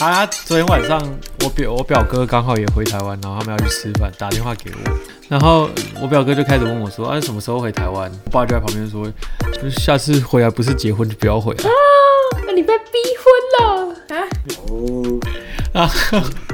啊，昨天晚上我表我表哥刚好也回台湾，然后他们要去吃饭，打电话给我，然后我表哥就开始问我说，啊，什么时候回台湾？我爸就在旁边说，就是下次回来不是结婚就不要回来。啊你被逼婚了啊！哦，啊，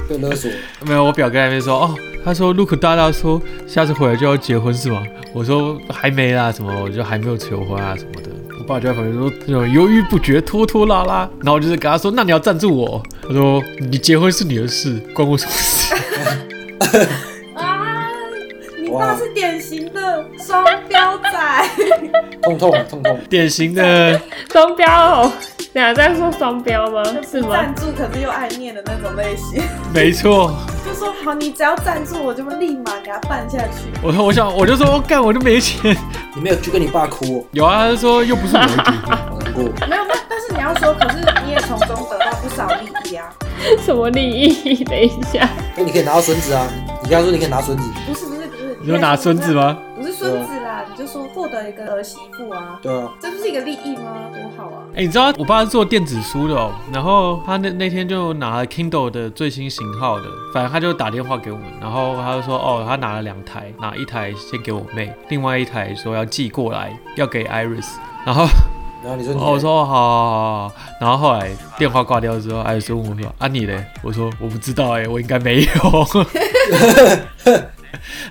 被勒索，没有，我表哥在那边说，哦，他说 Look 大大说下次回来就要结婚是吗？我说还没啦，什么我就还没有求婚啊什么的。我爸就在旁边说那种犹豫不决、拖拖拉拉，然后我就是跟他说，那你要赞助我。他说你结婚是你的事，关我什么事？啊，你哇爸是典型的双标仔，痛痛痛痛，典型的。双标哦，等下在说双标吗？是吗赞？助可是又爱念的那种类型， 没错，就说好，你只要赞助，我就会立马给他办下去。我说我想我就说哦干我就没钱，你没有去跟你爸哭哦，有啊，他就说又不是我的决 定，好难过。没有，但但是你要说，可是你也从中得到不少利益啊。 什么利益？等一下，那你可以拿到孙子啊，你跟他说你可以拿孙子，不是不是不是，你说拿孙子？吗？啊不是孙子啦，你就说获得一个儿媳妇啊，对啊，这不是一个利益吗？多好啊！哎、你知道我爸是做电子书的哦，然后他那那天就拿了 Kindle 的最新型号的，反正他就打电话给我们，然后他就说哦，他拿了两台，拿一台先给我妹，另外一台说要寄过来，要给 Iris，然后然后你说你，哦，我说好好好好，然后后来电话挂掉之后，艾斯问我说：“啊你嘞？”我说：“我不知道哎、我应该没有。”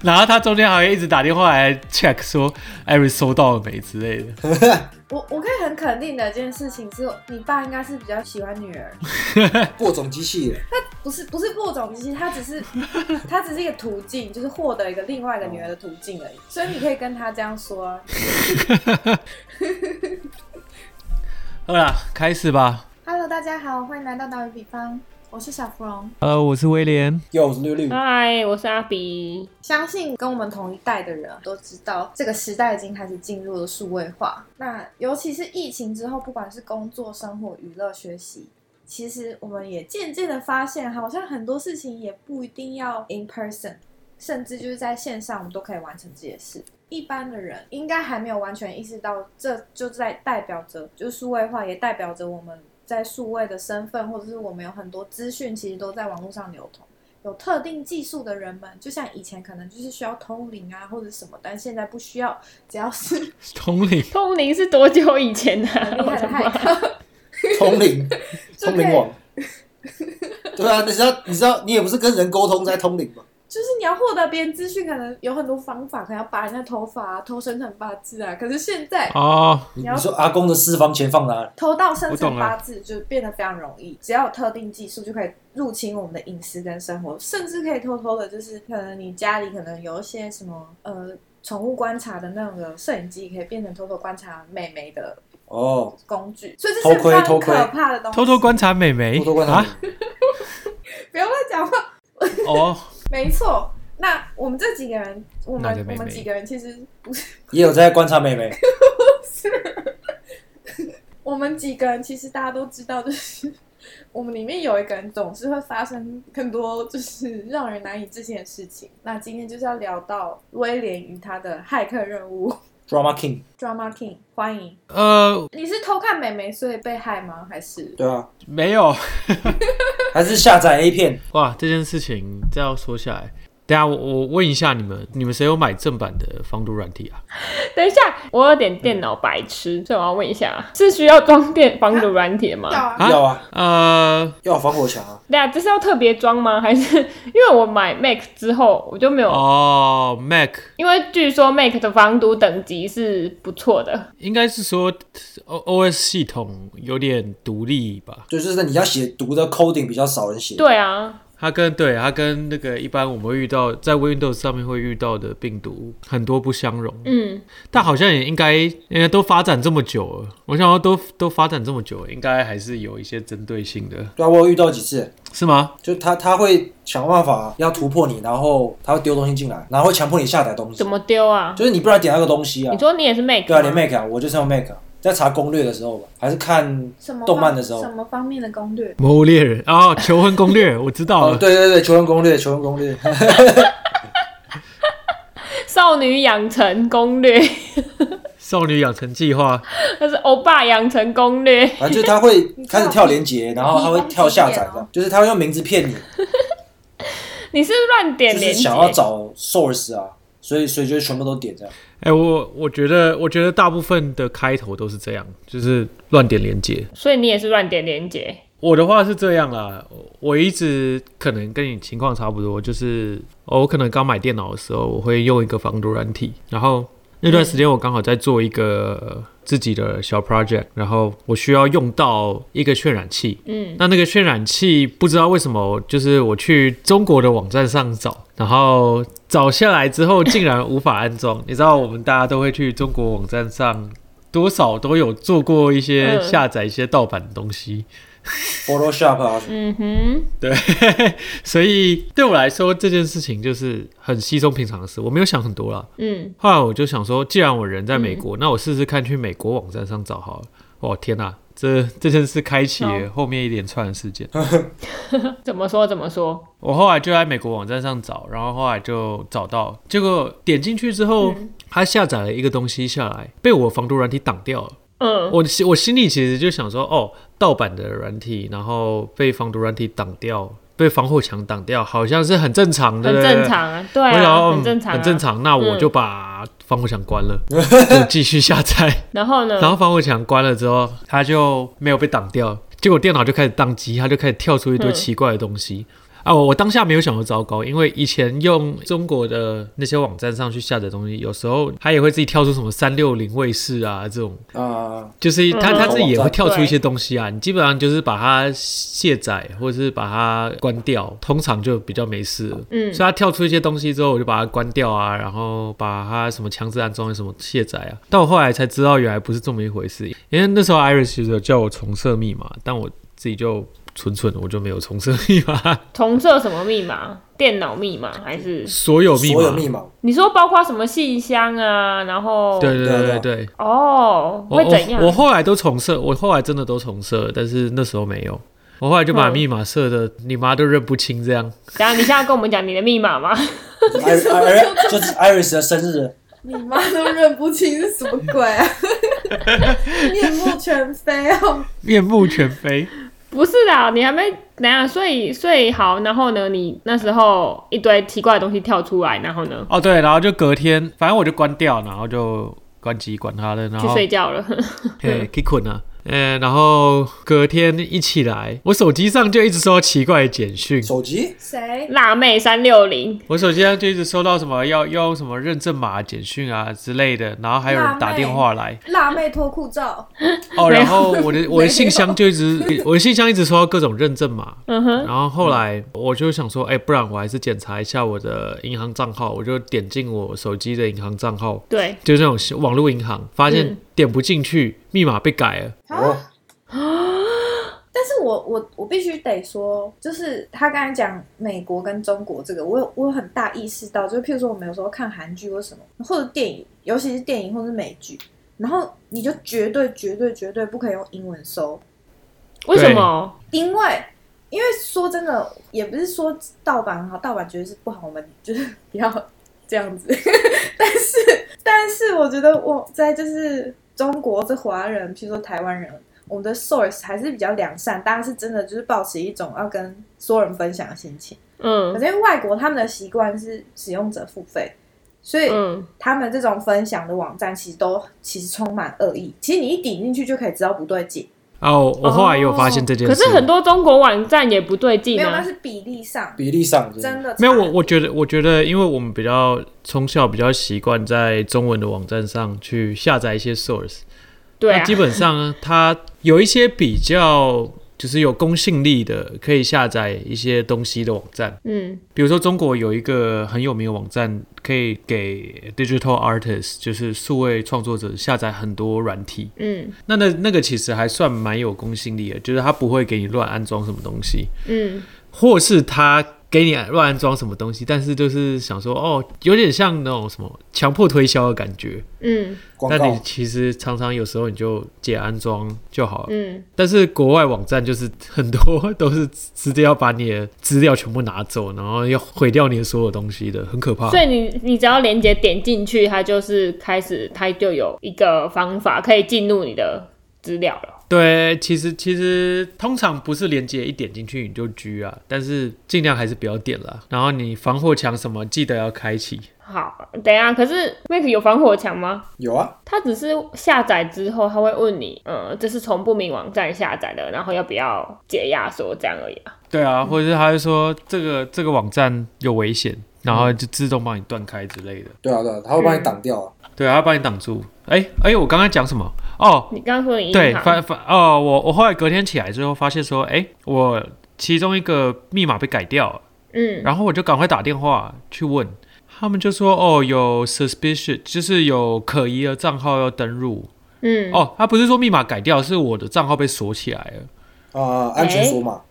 然后他中间好像一直打电话来 check 说艾瑞收到了没之类的。我我可以很肯定的一件事情是，你爸应该是比较喜欢女儿，播种机器人，不是不是播种机器，他只是他只是一个途径，就是获得一个另外一个女儿的途径而已。所以你可以跟他这样说啊。好啦，开始吧。 Hello，大家好，欢迎来到岛屿比方，我是小芙蓉。呃，我是威廉。哟，我是六六，嗨，我是阿比。相信跟我们同一代的人都知道，这个时代已经开始进入了数位化。那尤其是疫情之后，不管是工作、生活、娱乐、学习，其实我们也渐渐的发现，好像很多事情也不一定要 in person，甚至就是在线上，我们都可以完成这些事。一般的人应该还没有完全意识到，这就在代表着，就是数位化也代表着我们在数位的身份，或者是我们有很多资讯其实都在网络上流通。有特定技术的人们，就像以前可能就是需要通灵啊或者什么，但现在不需要，只要是通灵，通灵是多久以前的、啊很？厉我害 的的骇妈！客， 通灵，就通可以灵王，对啊，你知道你知道你也不是跟人沟通在通灵吗？就是你要获得别人资讯，可能有很多方法，可能要拔人家头发啊、偷生辰八字啊。可是现在哦，你你要你说阿公的私房钱放哪里？偷到生我懂辰了八字就变得非常容易，只要有特定技术就可以入侵我们的隐私跟生活，甚至可以偷偷的，就是可能你家里可能有一些什么呃宠物观察的那种的摄影机，可以变成偷偷观察妹妹的哦，工具，所以这是偷窥非常偷窥可怕的东西。偷偷观察美眉。多多观察啊。你，不要乱讲话。哦，没错，那我们这几个人，我那们就妹妹我们几个人其实不是，也有在观察妹妹，我们几个人其实大家都知道，就是我们里面有一个人总是会发生很多就是让人难以置信的事情。那今天就是要聊到威廉与他的骇客任务 Drama King， ，Drama King，欢迎。呃，你是偷看美眉所以被害吗？还是对啊，没有。还是下载 A 片，哇，这件事情这要说下来，等一下我我问一下你们，你们谁有买正版的防毒软体啊？等一下，我有点电脑白痴，所以我要问一下，是需要装电防毒软体的吗？要啊？啊要啊，呃，要有防火墙啊，对啊，这是要特别装吗？ 还是因为我买 Mac 之后我就没有？哦，Mac 因为据说 Mac 的防毒等级是不错的，应该是说 O OS 系统有点独立吧，对，就是你要写读的 coding 比较少人写，对啊，它跟对它跟那个一般我们会遇到在 Windows 上面会遇到的病毒很多不相容，嗯，但好像也应该应该都发展这么久了，我想要都都发展这么久了，应该还是有一些针对性的，对啊，我有遇到几次，是吗？就他他会想办法要突破你，然后他会丢东西进来，然后会强迫你下载东西怎，么丢啊？就是你不然点那个东西啊你，说你也是 Mac？对啊，吗连 Mac 啊，我就是用 Mac，啊在查攻略的时候吧，还是看什么方动漫的时候什，么方面的攻略？谋猎人哦，求婚攻略， 我知道哦，了，对对对，求婚攻略，求 婚攻略， 少女养成攻略，少女养成计划，那是欧巴养成攻略，反正就是他会你知道开始跳连接，然后他会跳下载你这懂哦样，就是他会用名字骗你，你是不是乱点就是连接想要找 source 啊，所以所以就全部都点这样。哎、我我觉得我觉得大部分的开头都是这样，就是乱点连接。所以你也是乱点连接。我的话是这样啦，我一直可能跟你情况差不多，就是、哦、我可能刚买电脑的时候，我会用一个防毒软体，然后那段时间我刚好在做一个呃自己的小 project，然后我需要用到一个渲染器，嗯，那那个渲染器不知道为什么，就是我去中国的网站上找，然后找下来之后竟然无法安装。你知道我们大家都会去中国网站上，多少都有做过一些嗯下载一些盗版的东西。 Photoshop 啊，嗯哼，对，所以对我来说这件事情就是很稀松平常的事，我没有想很多啦。嗯，后来我就想说，既然我人在美国，那我试试看去美国网站上找好了。哦天哪、这这件事开启了后面一连串的事件。怎么说怎么说？我后来就在美国网站上找，然后后来就找到，结果点进去之后，嗯他下载了一个东西下来，被我防毒软体挡掉了。嗯，我心我心里其实就想说，哦，盗版的软体，然后被防毒软体挡掉，被防火墙挡掉，好像是很正常的，很正。常啊，对我想啊，说很嗯正常、啊，很正。常。那我嗯就把防火墙关 了，就继续下载。然后呢？然后防火墙关了之后，它就没有被挡掉，结果电脑就开始宕机，它就开始跳出一堆嗯奇怪的东西。啊，我我当下没有想到糟糕，因为以前用中国的那些网站上去下载东西，有时候它也会自己跳出什么三六零卫视啊这种，啊，就是它嗯它自己也会跳出一些东西啊。你基本上就是把它卸载或者是把它关掉，通常就比较没事了。嗯所以它跳出一些东西之后，我就把它关掉啊，然后把它什么强制安装、什么卸载啊。但我后来才知道，原来不是这么一回事。因为那时候 Iris 其实有叫我重设密码，但我自己就蠢蠢，我就没有重设密码，重设什么密码？电脑密码还是？所有密码，所有密码，你说包括什么信箱啊？然后对对对对对啊对。哦，我会怎样我？我后来都重设，我后来真的都重设了，但是那时候没有。我后来就把嗯密码设的、你妈都认不清这样。等一下你现在要跟我们讲你的密码吗？ i r 就是 Iris 的生日，你妈都认不清是什么鬼、 啊，面目全非哦！面目全非。不是啦，你还没等一下，所以所以好，然后呢？你那时候一堆奇怪的东西跳出来，然后呢？哦，对，然后就隔天，反正我就关掉，然后就关机，管它的，然去后睡觉了。 嘿，嗯可以困啊。呃，然后隔天一起来，我手机上就一直收到奇怪的简讯，手机谁？辣妹三六零，我手机上就一直收到什么要要用什么认证码简讯啊之类的，然后还有人打电话来 辣妹脱裤罩，哦，没有然后我的我的信箱就一 直我的信箱一直收到各种认证码，嗯哼，然后后来我就想说，哎、不然我还是检查一下我的银行账号，我就点进我手机的银行账号，对，就是那种网络银行，发现嗯点不进去，密码被改了。啊哦，但是我我我必须得说，就是他刚才讲美国跟中国这个，我有我有很大意识到，就是譬如说我们有时候看韩剧或什么，或者电影，尤其是电影或是美剧，然后你就绝对绝对绝对不可以用英文搜，为什么？因为因为说真的，也不是说盗版很好，盗版绝对是不好，我们就是不要这样子。 但是但是，我觉得我在就是中国这华人，譬如说台湾人，我们的 source 还是比较良善，大家是真的就是保持一种要跟所有人分享的心情。可嗯是因为外国他们的习惯是使用者付费，所以嗯，他们这种分享的网站其实都其实充满恶意。其实你一点进去就可以知道不对劲，啊，我我后来也有发现这件事，哦可是很多中国网站也不对劲没有那啊。是比例上。比例上真真的的没有我，差我觉得我觉得，因为我们比较从小比较习惯在中文的网站上去下载一些 source，对那啊基，本上它有一些比较就是有公信力的，可以下载一些东西的网站，嗯比如说，中国有一个很有名的网站，可以给 digital artist，就是数位创作者下载很多软体。嗯那那那个其实还算蛮有公信力的，就是它不会给你乱安装什么东西，嗯或是它给你乱安装什么东西，但是就是想说哦，有点像那种什么强迫推销的感觉。嗯广但告你其实常常有时候你就解安装就好了。嗯，但是国外网站就是很多 都是直接要把你的资料全部拿走，然后要毁掉你的所有东西的，很可怕。所以你你只要连接点进去，它就是开始，它就有一个方法可以进入你的资料了。对，其实其实通常不是连接一点进去你就狙啊，但是尽量还是不要点啦。然后你防火墙什么记得要开启。好，等一下，可是 Mac 有防火墙吗？有啊，它只是下载之后，它会问你，呃，这是从不明网站下载的，然后要不要解压缩这样而已啊。对啊，或者是他会说这个这个网站有危险，然后就自动帮你断开之类的。对啊对啊，他会帮嗯你挡掉啊。对啊，他帮你挡住。哎哎，我刚刚讲什么？哦，你刚刚说你对银，行，反反哦，我我后来隔天起来之后发现说，哎，我其中一个密码被改掉了，嗯然后我就赶快打电话去问，他们就说哦有 suspicious，就是有可疑的账号要登入。嗯，哦，他不是说密码改掉，是我的账号被锁起来了。啊，安全锁码，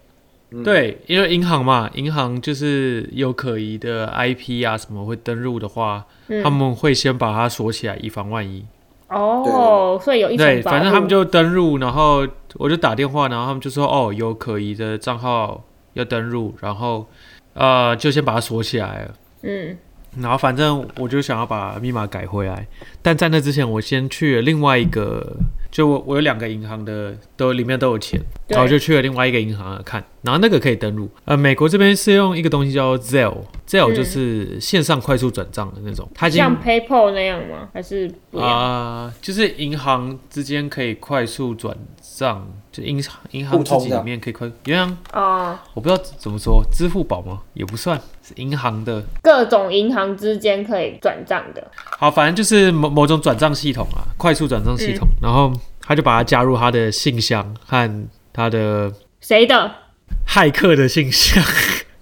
嗯对，因为银行嘛，银行就是有可疑的 IP 啊什么会登入的话，嗯他们会先把它锁起来，以防万一。哦，所以有一层对，保反正护他们就登入，然后我就打电话，然后他们就说哦，有可疑的账号要登入，然后呃就先把它锁起来了。嗯然后反正我就想要把密码改回来，但在那之前，我先去了另外一个，就我我有两个银行的都里面都有钱，对然后就去了另外一个银行看，然后那个可以登录。呃，美国这边是用一个东西叫 Zelle，Zelle 嗯就是线上快速转账的那种，它已经像 PayPal 那样吗？还是不一样？啊、就是银行之间可以快速转账，就银行银行互自通己的里面可以快，有点像哦，我不知道怎么说，支付宝吗？也不算是银行的，各种银行之间可以转账的。好，反正就是某某种转账系统啊，快速转账系统，嗯然后他就把它加入他的信箱和他的谁的？骇客的信箱。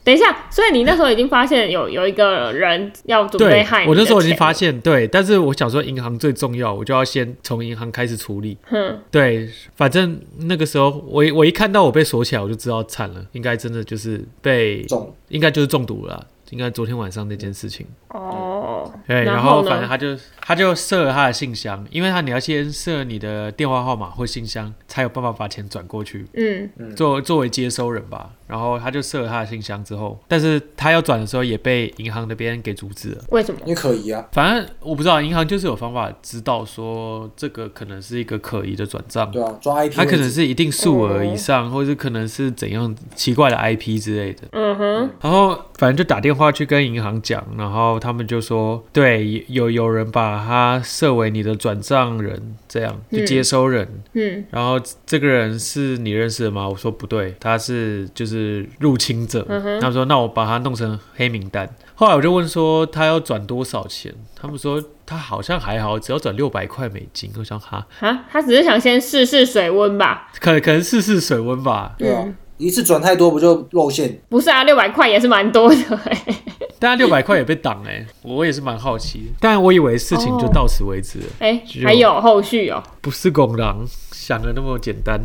等一下，所以你那时候已经发现有有一个人要准备对害，你我那时候已经钱发，现，对，但是我想说银行最重要，我就要先从银行开始处理。哼，对，反正那个时候我一我一看到我被锁起来，我就知道惨了，应该真的就是被，中应该就是中毒了啦，应该昨天晚上那件事情。哦，对，然然后后呢反正他就他就设了他的信箱，因为他你要先设你的电话号码或信箱，才有办法把钱转过去，嗯，作作为接收人吧。然后他就设了他的信箱之后，但是他要转的时候也被银行那边给阻止了。为什么？因为可疑啊，反正我不知道，银行就是有方法知道说这个可能是一个可疑的转账，对啊，抓 IP，它可能位置是一定数额嗯以上，或者可能是怎样奇怪的 IP 之类的。嗯哼，然后反正就打电话去跟银行讲，然后他们就说，对，有有人把他设为你的转账人，这样就接收人。嗯然后这个人是你认识的吗？我说不对，他是就是入侵者。嗯他们说那我把他弄成黑名单。后来我就问说他要转多少钱，他们说他好像还好，只要转六百块美金。我想哈，啊，他只是想先试试水温吧？可可能试试水温吧。对嗯啊，一次转太多不就露馅？不是啊，六百块也是蛮多的、欸。 但他六百块也被挡哎、我也是蛮好奇的。但我以为事情哦就到此为止了。哎、只有还有后续哦、不是拱狼，想的那么简单。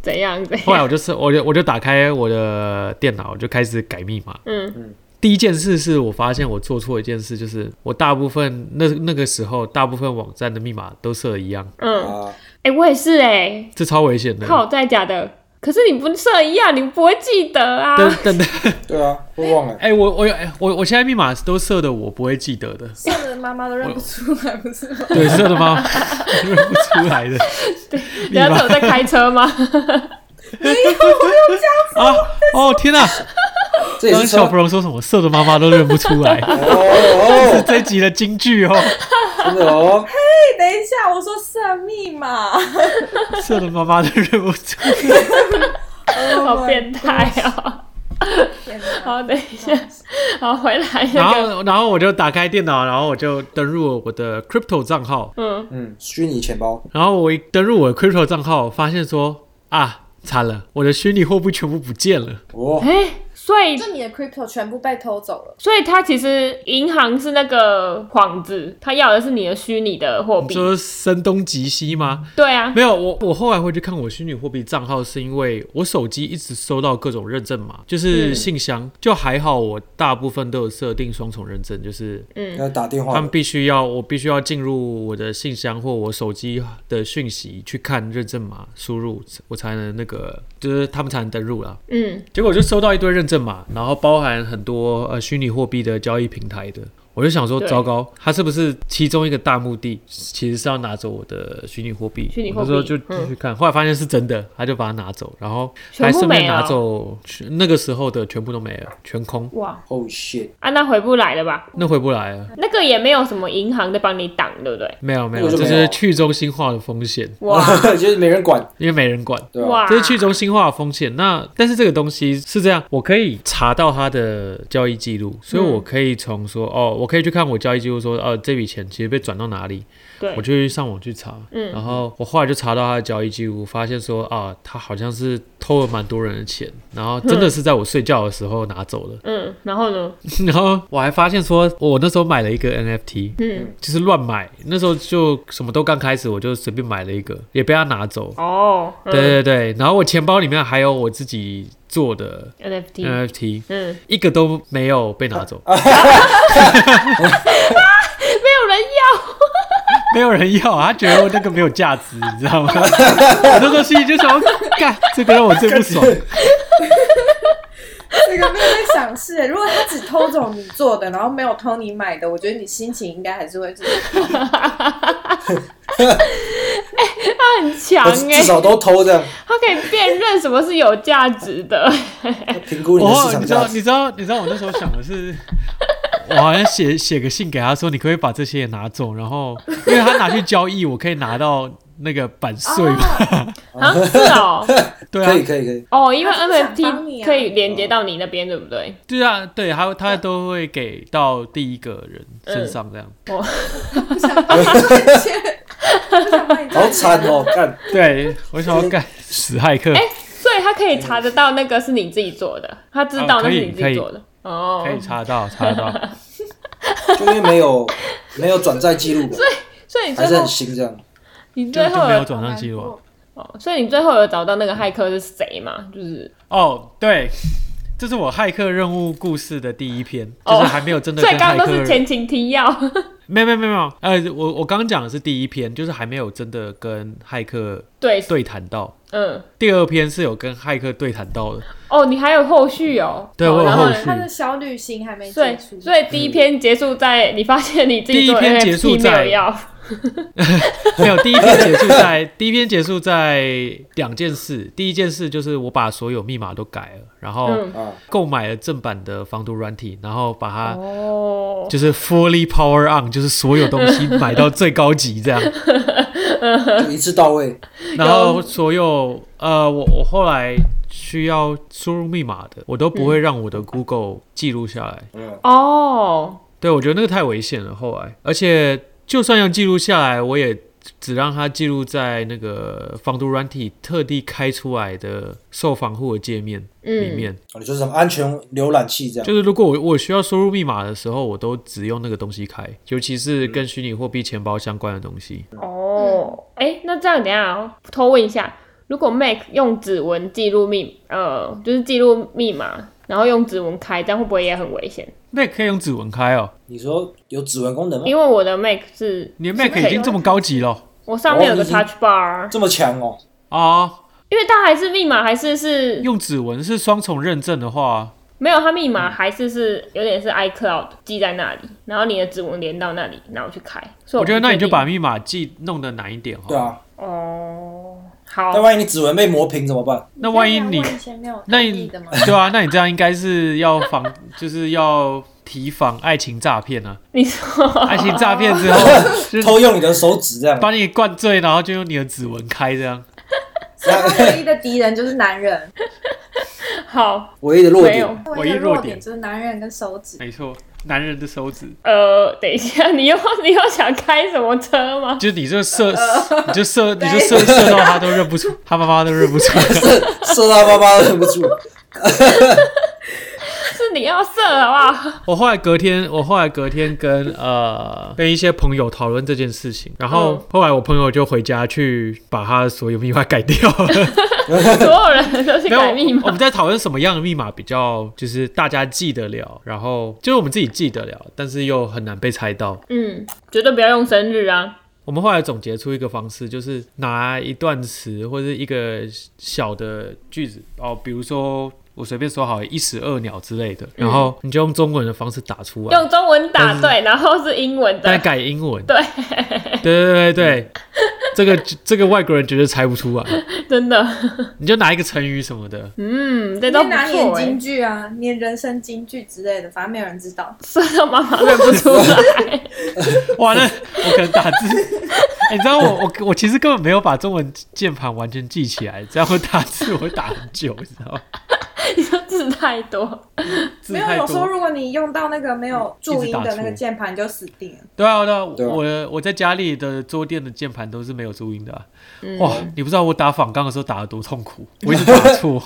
怎样怎后来样？我就是，我就我就打开我的电脑，我就开始改密码。嗯第一件事是我发现我做错一件事，就是我大部分那那个时候大部分网站的密码都设一样，嗯，啊，哎、我也是哎、这超危险的。靠，真的假的？可是你不设一样，你不会记得啊。但 但但，对啊，会忘了，哎、我我有哎我我现在密码都设的我不会记得的，吓得妈妈都认不出来，不是吗？对，设的 吗？认不出来的人家有在开车吗？啊！哦天哪、这也刚刚是车小芙蓉说什么设的妈妈都认不出来， 哦哦是这集的金句哦。哦，真的哦，嘿，等一下，我说设密码，设的妈妈都认不出来。好变态哦、天哪！好，等一下， 好回来然那个，后，然后我就打开电脑，然后我就登入了我的 crypto 账号，嗯，嗯，虚拟钱包，然后我一登入我的 crypto 账号，发现说啊，惨了，我的虚拟货币全部不见了。哦，哎、所以就你的 crypto 全部被偷走了。所以它其实银行是那个幌子，它要的是你的虚拟的货你币。说声东击西吗？对啊，没有，我我后来会去看我虚拟货币账号，是因为我手机一直收到各种认证码，就是嗯信箱，就还好，我大部分都有设定双重认证，就是嗯，要打电话他们必须要我必须要进入我的信箱或我手机呃的讯息去看认证码输入，我才能那个就是他们才能登入啦。嗯，结果我就收到一堆认证码，然后包含很多呃虚拟货币的交易平台的。我就想说，对糟糕，他是不是其中一个大目的其实是要拿走我的虚拟货币？虚拟我货那币嗯时候就就去看，后来发现是真的，他就把它拿走，然后还全部顺便没了拿。走那个时候的全部都没了，全空，哇， ，Oh shit，啊，那回不来了吧？那回不来了。那个也没有什么银行在帮你挡，对不对？没有没有，那个这就没是有去中心化的风险，哇 就是没人管，因为没人管。对吧？哇，这是去中心化的风险。那但是这个东西是这样，我可以查到它的交易记嗯录，所以我可以从说、哦，我可以去看我交易记录说，哦，这笔钱其实被转到哪里，对我就去上网去查。嗯然后我后来就查到他的交易记录，发现说啊，他好像是偷了蛮多人的钱，然后真的是在我睡觉的时候拿走 了。嗯，然后呢？然后我还发现说，我那时候买了一个 NFT，嗯，就是乱买，那时候就什么都刚开始，我就随便买了一个，也被他拿走。哦，嗯对对对，然后我钱包里面还有我自己做的 NFT， NFT，嗯，一个都没有被拿走，没有人要，没有人要，他觉得我那个没有价值，你知道 吗？我那时候心里就想说，干，这个让我最不 爽。这个没有在赏识。如果他只偷走你做的，然后没有偷你买的，我觉得你心情应该还是会是他很强我哎、 至少都偷这样，他可以辨认什么是有价值的。 评估你的市哦我你场知价道值。你知道你知道我那时候想的是， 我好像写写个信给他说，你可不可以把这些也拿走，然后因为他拿去交易，我可以拿到那个版税嘛？啊，是哦， 对啊可以，可以可以，哦，因为他就是想帮你 NFT 啊可以连接哦到你那边，对不对？对啊，对，他他都会给到第一个人身上这样。不想帮你赚钱，不想帮你好赚钱。惨哦， 干 对，我想要干死骇客，所以他可以查得到那个是你自己做的，他知哦道可那以是你自己做的。哦可，以查得 到，查得到。就因为没有没有转债记录，所以你还最是后很新这样。你就最就后没有有转账记录啊哦，所以你最后有找到那个骇客是谁吗？就是哦，对，这是我骇客任务故事的第一篇，就哦是还没有真的所跟以刚骇刚都客是人。前情提要。没有没有没有没有，呃，我我刚刚讲的是第一篇，就是还没有真的跟骇客对，对谈到。嗯，第二篇是有跟骇客对谈 到的，哦，你还有后续哦。对哦我有然后后呢续他的小旅行还没所结以，束，所以第一篇结束在你发现你自己做第一篇结束 NFT 没在有要，没有第一篇结束在第一篇结束在两件事，第一件事就是我把所有密码都改了，然后嗯，啊，购买了正版的防毒软体，然后把它哦，就是 fully power on，就是所有东西买到最高级这样。就一次到位，然后所有呃，我我后来需要输入密码的，我都不会让我的 Google 记录下来。嗯，哦，对我觉得那个太危险了。后来，而且就算要记录下来，我也只让它记录在那个防毒软体特地开出来的受防护的界面里嗯，面。哦你就是什么安全浏览器这样，就是如果我我需要输入密码的时候，我都只用那个东西开，尤其是跟虚拟货币钱包相关的东西。哦，哎、那这样等一下、哦，偷问一下，如果 Mac 用指纹记录密，呃，就是记录密码，然后用指纹开，这样会不会也很危险？那可以用指纹开哦，你说有指纹功能吗？因为我的 Mac 是，你的 Mac 可以已经这么高级了我上面有哦个你已经 Touch Bar，这么强哦，啊！因为它还是密码还是是用指纹是双重认证的话，没有，它密码还是是有点是 iCloud 记在那里，然后你的指纹连到那里，然后去开。所以我觉得不那你确就定把密码记弄得难一点哦对哈。啊，哦，但好，万一你指纹被磨平怎么办？那万一你你这样以前没有那同意你的吗？对啊，那你这样应该是要 防，就是要提防爱情诈骗啊！你说哦爱情诈骗之 后，就是偷用你的手指这样，把你灌醉，然后就用你的指纹开这样。所以他唯一的敌人就是男人，好，唯一的弱没有点，。唯一的弱弱点点就是男人跟手指。没错，男人的手指，呃，等一下，你又 你又想开什么车吗？就你就 射，呃你就射，你就射射到他都认不出，他妈妈都认不出。射射他妈妈都忍不住，是你要设好不 好？ 我后来隔天，我后来隔天跟呃跟一些朋友讨论这件事情，然后嗯后来我朋友就回家去把他所有密码改 掉了。所有人都去没有改密我码们，在讨论什么样的密码比较就是大家记得了，然后就是我们自己记得了，但是又很难被猜到。嗯，绝对不要用生日啊，我们后来总结出一个方式，就是拿一段词或者一个小的句子哦，比如说我随便说好了一石二鸟之类的，然后你就用中文的方式打出来，嗯用中文但打是对，然后是英文但的，改英文。对 对对对对，这个这个外国人绝对猜不出来。真的，你就拿一个成语什么的，嗯，这你都可以不拿你的错哎、金句啊，你的人生金句之类的，反正没有人知道。设到妈妈认不出来，哇，那我可能打字。 哎你知道我我我其实根本没有把中文键盘完全记起来，这样我打字我会打很久，你知道吗？你说字太多，字没有，太有时候多。嗯如果你用到那个没有注音的那个键盘，你就死定了。对啊对啊，对啊我的我在家里的桌垫的键盘都是没有注音的啊、嗯哇，你不知道我打仿钢的时候打的多痛苦，我一直打错。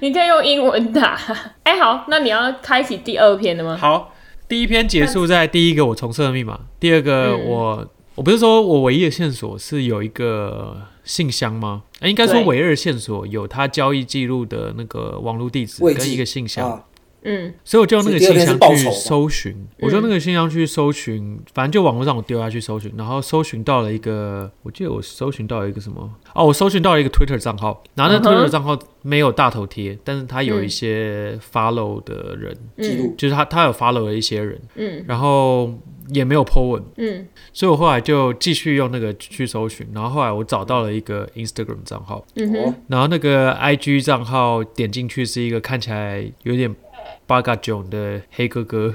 你可以用英文打。 哎、好，那你要开启第二篇的吗？好，第一篇结束在第一个我重设的密码，第二个嗯我、我不是说我唯一的线索是有一个信箱吗？哎应该说对唯二的线索有他交易记录的那个网络地址未跟寄一个信箱，啊，嗯所以我就用那个信所以第二天箱是报去仇吗搜寻，我就用那个信箱去搜寻，反正就网络上我丢下去搜寻，然后搜寻到了一个，我记得我搜寻到了一个什么哦，我搜寻到了一个 Twitter 账号，然后那嗯哼 Twitter 账号没有大头贴，但是它有一些 follow 的人，记嗯录就是他他有 follow 了一些人，嗯然后也没有 po 文，嗯所以我后来就继续用那个去搜寻，然后后来我找到了一个 Instagram 账号，嗯哼，然后那个 IG 账号点进去是一个看起来有点八嘎囧的黑哥哥，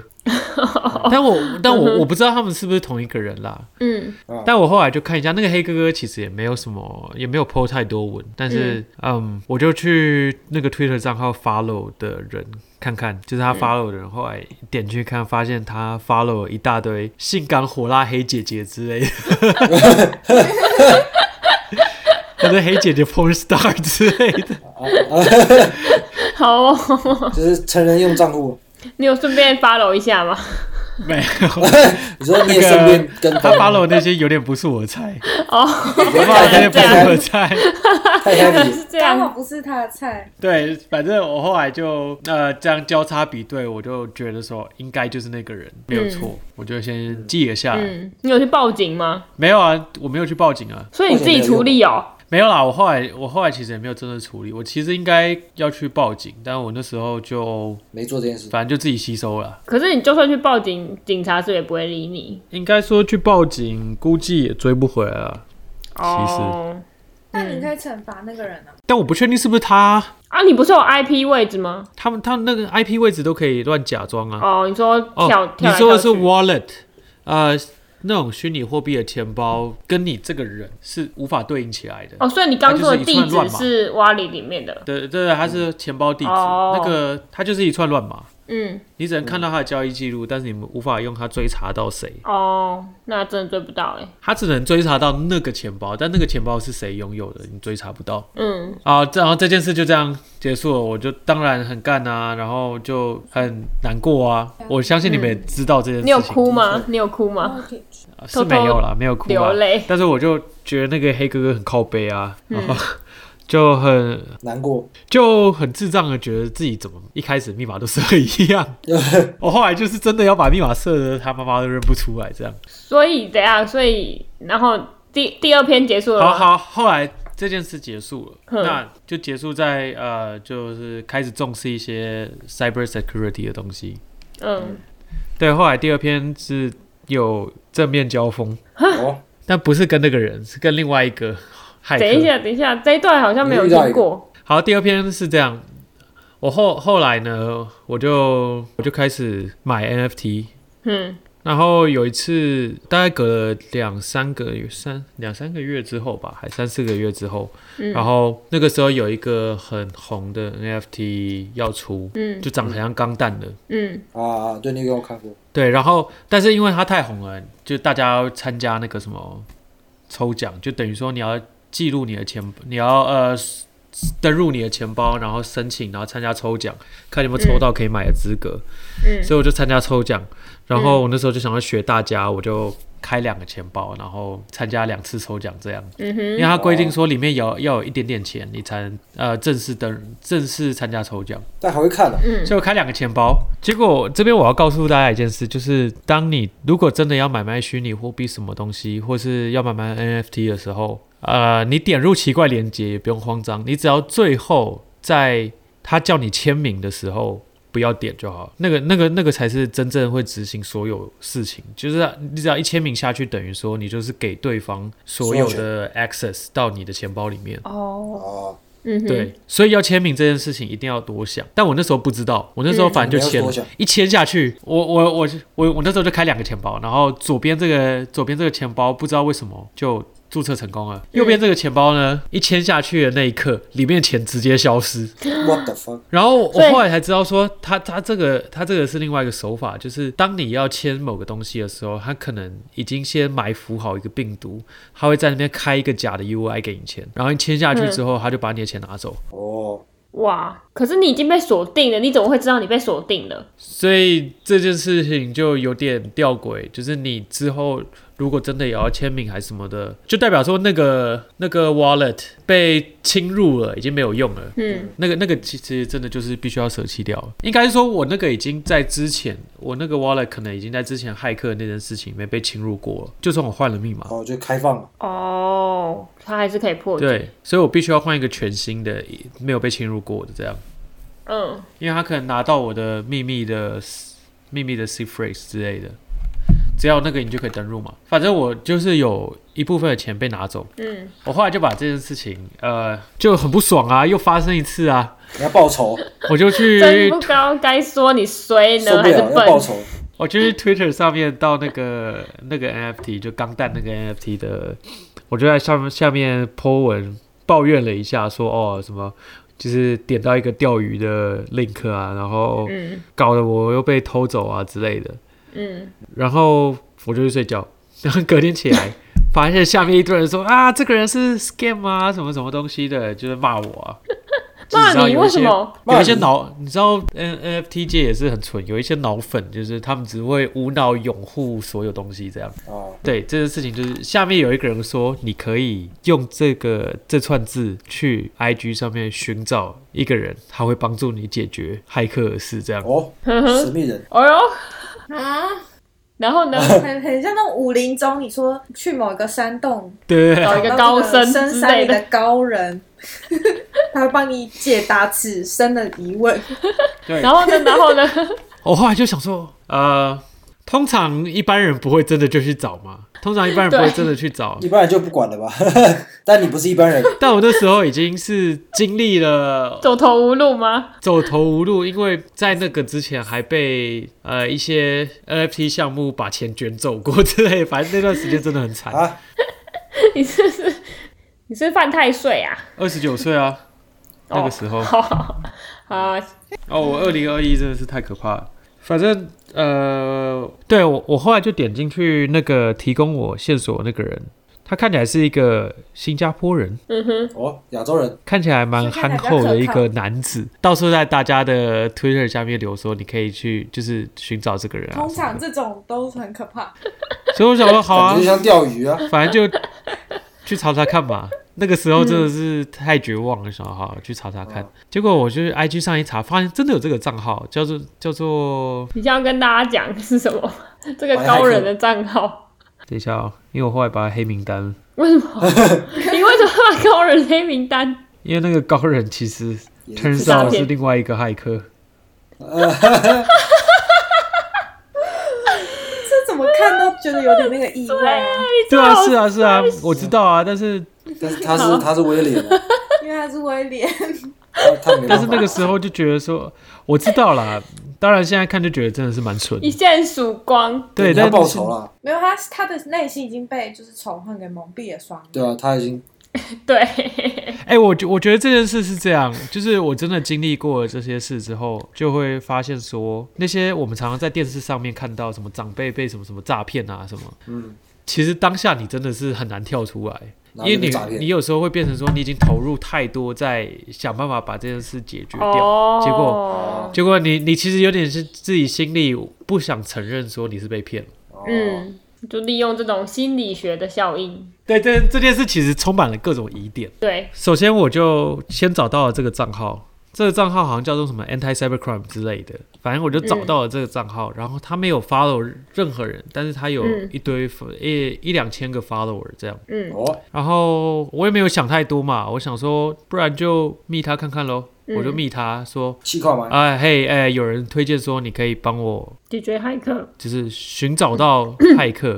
但我但我我不知道他们是不是同一个人啦。嗯哦，但我后来就看一下，那个黑哥哥其实也没有什么，也没有 po 太多文，但是嗯我就去那个 Twitter 账号 follow 的人看看，就是他 follow 的人，后来点进去看，发现他 follow 了一大堆性感火辣黑姐姐之 类的。或者黑姐姐 porn star 之类的，好哦， 就是成人用账户。你有顺便 follow 一下吗？ 没有，你说你也顺便跟他 follow 那些有点不是我的菜，哦，我 follow 那些不是我的菜。太 heavy，是这刚好样，不是他的菜，嗯对，反正我后来就呃这样交叉比对，我就觉得说应该就是那个人没有错，我就先记了下来。嗯，你有去报警吗？没有啊，我没有去报警啊，所以你自己处理哦、没有啦。啊我后来我后来其实也没有真的处理，我其实应该要去报警，但我那时候就没做这件事。反正就自己吸收了。可是你就算去报警，警察是不是也不会理你。应该说去报警，估计也追不回来了。哦，那你可以惩罚那个人啊。但我不确定是不是他，啊，你不是有 IP 位置吗？他们他们那个 IP 位置都可以乱假装啊。哦，你说哦跳，你跳来说的跳是去 wallet，呃，那种虚拟货币的钱包，跟你这个人是无法对应起来的。哦，所以你刚说的地它就是一串址乱码是蛙里里面的，对对对，它是钱包地址，哦那个它就是一串乱码，嗯，你只能看到它的交易记录，但是你们无法用它追查到谁，哦，那真的追不到哎、它只能追查到那个钱包，但那个钱包是谁拥有的，你追查不到。嗯啊，这然后这件事就这样结束了，我就当然很干啊，然后就很难过啊。我相信你们也知道这件事情，嗯你有哭吗？你有哭吗？ OK，啊是偷偷没有啦，没有哭啊流泪嗯但是我就觉得那个黑哥哥很靠背啊，然后 就很难过，就很智障的觉得自己怎么一开始密码都设一样，我后来就是真的要把密码设的他妈妈都认不出来这 样。所以怎样？所以然后第第二篇结束了好吗，好，后来这件事结束了，哼那就结束在呃，就是开始重视一些 cyber security 的东西。嗯，对，后来第二篇是有正面交锋，啊哦，但不是跟那个人，是跟另外一个骇等一客。下，等一下，这一段好像没有听过，好，第二篇是这样，我后后来呢，我就我就开始买 NFT，嗯然后有一次大概隔了两三个月，三两三个月之后吧，还三四个月之后，嗯然后那个时候有一个很红的 NFT 要出，嗯就长得很像钢弹的，嗯啊，对，那个我看过，对，然后但是因为它太红了，就大家要参加那个什么抽奖，就等于说你要记录你的钱，你要呃登入你的钱包，然后申请，然后参加抽奖，看有没有抽到可以买的资格。嗯所以我就参加抽奖，然后我那时候就想要学大家，我就开两个钱包，然后参加两次抽奖这样。嗯因哼，为它规定说里面有要有一点点钱，你才能呃正式登正式参加抽奖。但还会看啊的、嗯所以我开两个钱包，结果这边我要告诉大家一件事，就是当你如果真的要买卖虚拟货币什么东西，或是要买卖 NFT 的时候，呃，你点入奇怪链接也不用慌张，你只要最后在他叫你签名的时候。不要点就好，那个、那个、那个才是真正会执行所有事情。就是你只要一签名下去，等于说你就是给对方所有的 access 到你的钱包里面。哦，哦，嗯哼，对，所以要签名这件事情一定要多想。但我那时候不知道，我那时候反正就签嗯了，你要多想一签下去，我我我我我那时候就开两个钱包，然后左边这个左边这个钱包不知道为什么就。注册成功了，嗯右边这个钱包呢，一签下去的那一刻，里面钱直接消失。 ，what the fuck？然后我所以后来才知道说，他他这个他这个是另外一个手法，就是当你要签某个东西的时候，他可能已经先埋伏好一个病毒，他会在那边开一个假的 UI 给你签，然后你签下嗯去之后，他就把你的钱拿走。哦，哇！可是你已经被锁定了，你怎么会知道你被锁定了？所以这件事情就有点吊诡，就是你之后如果真的也要签名还是什么的，就代表说那个那个 wallet 被侵入了，已经没有用了。嗯，那个那个其实真的就是必须要舍弃掉了。应该是说我那个已经在之前，我那个 wallet 可能已经在之前骇客那件事情没被侵入过了，就算我换了密码。哦，就开放了。哦，它还是可以破解。对，所以我必须要换一个全新的，没有被侵入过的这样。嗯，因为他可能拿到我的秘密的秘密的 C phrase 之类的，只要那个你就可以登录嘛。反正我就是有一部分的钱被拿走，嗯，我后来就把这件事情，呃，就很不爽啊，又发生一次啊，你要报仇，我就去真不高，该说 你衰受呢不还是了，要笨？报仇。我就去 Twitter 上面到那个那个 NFT，就钢弹那个 NFT 的，我就在上面下面 po 文抱怨了一下说哦什么。就是点到一个钓鱼的 link 啊，然后嗯搞得我又被偷走啊之类的，嗯，然后我就去睡觉， 然后隔天起来， 发现下面一堆人说啊，这个人是 scam 啊，什么什么东西的，就是骂我 啊。就是知骂道你有一为些什？么？有一些骂你脑，你知道 N NFT 界也是很蠢，有一些脑粉，就是他们只会无脑拥护所有东西这样。哦，对这件事情，就是下面有一个人说，你可以用这个这串字去 IG 上面寻找一个人，他会帮助你解决骇客的事这样。哦，呵神呵，秘人，哦哟，啊，然 后呢？很很像那种武林中，你说去某一个山洞对对找找一个到高这僧深之山类里的的高人， 他会帮你解答此生的疑 问。对 然后呢？然后呢？ 我后来就想说，呃，通常一般人不会真的就去找嘛，通常一般人不会对真的去找一。般人就不管了吧？ 但你不是一般人，但我那时候已经是经历了走投无路吗？ 走投无路，因为在那个之前还被呃一些 NFT 项目把钱卷走过之类，反正那段时间真的很惨。啊，你是不是你是不是犯太岁啊？哦二十九岁啊，那个时候 好好好，哦，我二零二一真的是太可怕了。反正呃，对我我后来就点进去那个提供我线索的那个人，他看起来是一个新加坡人。嗯哼，哦，亚洲人，看起来蛮憨厚的一个男子，到处在大家的 Twitter 下面留说，你可以去就是寻找这个人啊。通常这种都很可怕，所以我想说，好啊 感觉就，像钓鱼啊。反正就去查查看 吧。那个时候真的是太绝望了，想说好去查查看。结果我就是 IG 上一查，发现真的有这个账号，叫做叫做你将要跟大家讲是什么？ 这个高人的账号？等一下哦，因为我后来把他黑名单了，为什么？ 你为什么把高人黑名单？因为那个高人其实也是 turns 诈 out 骗是另外一个骇客。这怎么看都觉得有点那个意外啊， 对啊，是啊，是啊，我知道啊，但是但是他是他是威廉啊，因为他是威廉，他他没办法但是那个时候就觉得说，我知道啦。当然现在看就觉得真的是蛮蠢的一线曙光，对，你要但报仇啦，没有他，他的内心已经被就是仇恨给蒙蔽了双眼。对啊，他已经对，哎、我觉我觉得这件事是这样，就是我真的经历过了这些事之后，就会发现说，那些我们常常在电视上面看到什么长辈被什么什么诈骗啊什么，嗯，其实当下你真的是很难跳出来。然后因为就被你诈骗你。有时候会变成说你已经投入太多在想办法把这件事解决掉，哦，结果结果你你其实有点是自己心里不想承认说你是被骗了。哦，嗯，就利用这种心理学的效应，对，这这件事其实充满了各种疑点。对，首先，我就先找到了这个账号，这个账号好像叫做什么 anti cybercrime 之类的，反正我就找到了这个账号。然后他没有 follow 任何人，但是他有嗯一堆、一一两千个 follower 这样。嗯哦，然后我也没有想太多嘛，我想说，不然就密他看看喽。嗯我就密他说，气块吗？哎嘿哎，有人推荐说你可以帮我解决骇客，就是寻找到骇 客，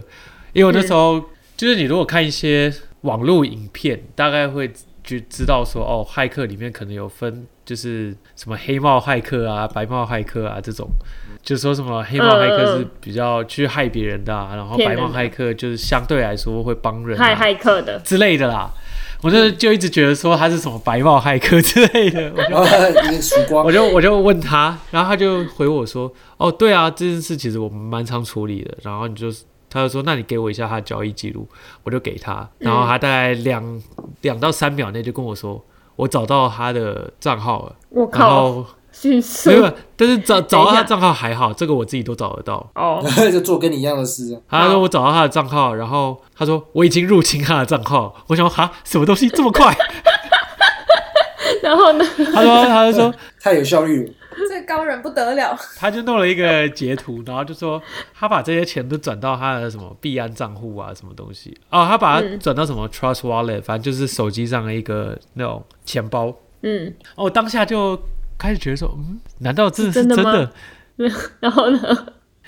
因为我那时候就是你如果看一些网络影片，大概会就知道说哦，骇客里面可能有分就是什么黑帽骇客啊、白帽骇客啊这种，就说什么黑帽骇客啊嗯嗯是比较去害别人的、啊，然后骗白人的帽骇客就是相对来说会帮 人、害啊、骇客的，之类的啦。我就就一直觉得说他是什么白帽骇客之类的，我就然后一个哦曙光 我，就我就问他，然后他就回我说：“哦，对啊，这件事其实我们蛮常处理的。”然后你就他就说：“那你给我一下他的交易记录。”我就给他，然后他大概两两到三秒内就跟我说：“我找到他的账号了。”我然靠，后迅速没有，但是找找到等一他下账号还好，这个我自己都找得到。哦， 就做跟你一样的事。他好说我找到他的账号，然后他说我已经入侵他的账号。我想说哈，什么东西这么快？然后呢，他说他就说太有效率了，这高人不得了，他就弄了一个截图，然后就说他把这些钱都转到他的什么币安账户啊，什么东西哦，他把它转到什么 Trust Wallet，反正就是手机上的一个那种钱包。嗯，哦，我当下就开始觉得说，嗯，难道这是是真真的的？吗然后呢，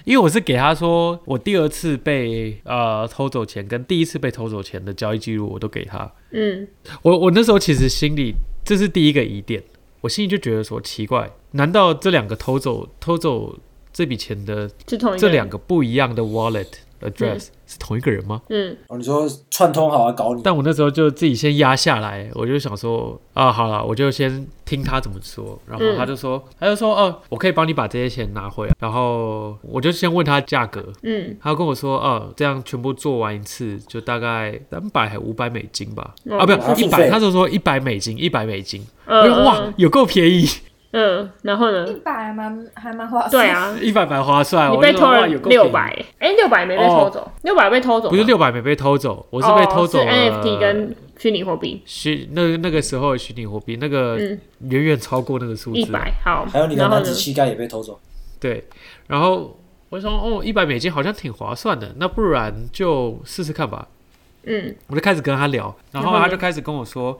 因为我是给他说，我第二次被呃偷走钱跟第一次被偷走钱的交易记录我都给他，嗯，我我那时候其实心里这是第一个疑点，我心里就觉得说奇怪，难道这两个偷走偷走这笔钱的是同一这个人两，个不一样的 wallet address、是同一个人吗？嗯，哦，你说串通好啊，搞你，但我那时候就自己先压下来，我就想说啊，好了，我就先听他怎么说。然后嗯他就说，他就说，哦，我可以帮你把这些钱拿回来。然后我就先问他价格，嗯，他跟我说，哦，这样全部做完一次就大概三百还五百美金吧，嗯啊，不还要是付一百，费他就说一百美金，一百美金。我嗯说哇嗯，有够便宜，嗯，然后呢一，百还蛮还蛮划算。对，啊，一百蛮划算。你我被就偷说哇了有够便宜哦六百，哎，六百没被偷走，六百被偷走吗，哦不是六百没被偷走，我我是被偷走了。 NFT 跟虚拟货币虚那那个时候的虚拟货币，那个嗯远远超过那个数字。一百，好，还有你的然后男呢子，气概也被偷走，对，然后我就说哦，一百美金好像挺划算的，那不然就试试看吧。嗯我就开始跟他聊，然后然后他呢就开始跟我说，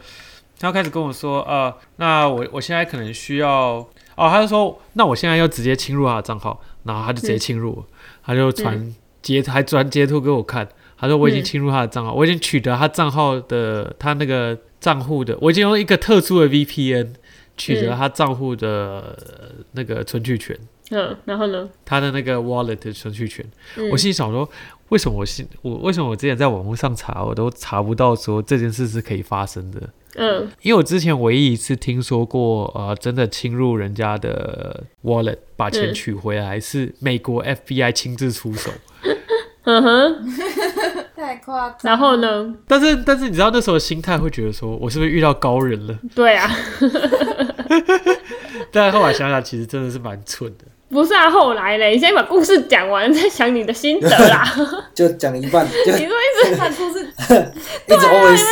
他就开始跟我说，呃，那我我现在可能需要。哦，他就说，那我现在要直接侵入他的账号，然后他就直接侵入我，他就传截，还传截图给我看，他说我已经嗯侵入他的账号，我已经取得他账号的他那个账户的，我已经用一个特殊的 VPN 取得嗯他账户的呃那个存取权，嗯，然后呢，他的那个 wallet 的存取权。嗯我心里想说，为什么我心我为什么我之前在网络上查，我都查不到说这件事是可以发生的？嗯因为我之前唯一一次听说过，呃，真的侵入人家的 wallet 把钱嗯取回来，是美国 FBI 亲自出手。嗯哼， 太夸张。然后？呢？但是，但是你知道那时候的心态会觉得说，我是不是遇到高人了？对啊，但后来想想，其实真的是蛮蠢的。不是啊，后来嘞，你先把故事讲完，再想你的心得啦。就讲了一 半，就你说一直他出是一直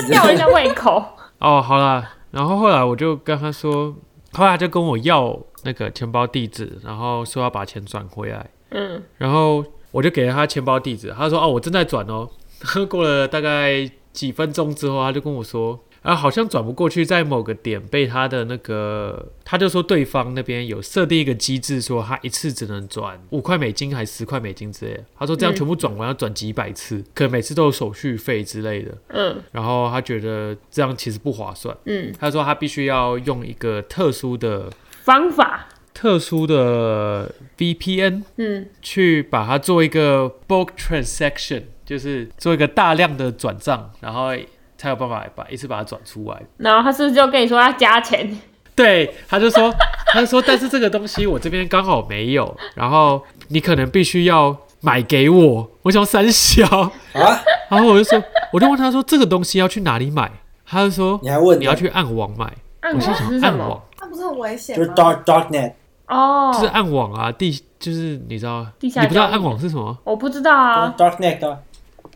吊人 always 家胃口，哦，好啦，然后后来我就跟他说，后来他就跟我要那个钱包地址，然后说要把钱转回来。嗯然后我就给了他钱包地址，他说：“哦，我正在转哦。” 过了大概几分钟之后，他就跟我说：“啊，好像转不过去，在某个点被他的那个，他就说对方那边有设定一个机制，说他一次只能转五块美金还是十块美金之类的。他说这样嗯全部转完要转几百次，可能每次都有手续费之类的。嗯然后他觉得这样其实不划算，嗯，他说他必须要用一个特殊的、方法，特殊的 VPN。”嗯去把它做一个 bulk transaction，就是做一个大量的转账，然后才有办法把一次把它转出来。然后他是不是就跟你说要加钱？对，他就说， 他就说，但是这个东西我这边刚好没有，然后你可能必须要买给我。我想三小， 啊，然后我就说，我就问他说这个东西要去哪里买，他就说你还问你要去暗网买。暗我网心是想什暗么？网那不是很危险就是吗？ dark darknet，哦，就是暗网啊，地就是你知道，地你下不知道交易暗网是什么？我不知道啊。 darknet 啊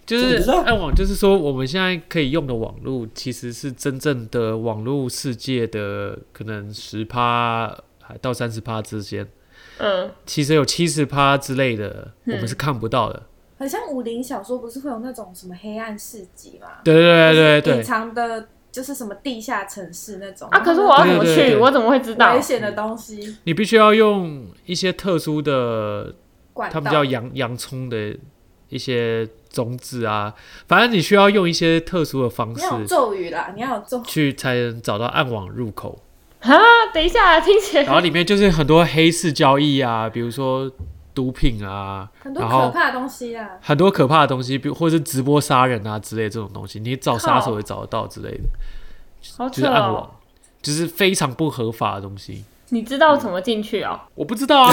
就这个不是知道暗网，就是说我们现在可以用的网络，其实是真正的网络世界的可能十趴到三十趴之间，嗯，其实有七十趴之类的，我嗯们是看不到的。很像武林小说，不是会有那种什么黑暗市集吗？对对对对隐对，藏的，就是什么地下城市那种啊，可是我要怎么对对去？对我怎么会知道危？险的东西你必须要用一些特殊的，管道，他们叫洋洋葱的一些种子啊，反正你需要用一些特殊的方你式要有咒语啦，你要有咒语，去才能找到暗网入口。啊，等一下，听起然后来里面就是很多黑市交易啊，比如说毒品啊，很多然可后怕的东西啊。很多可怕的东西，比如或是直播杀人啊之类这种东西，你找杀手也找得到之类的，好就扯是暗哦。网，就是非常不合法的东西。你知道怎么进去哦？我不知道 啊，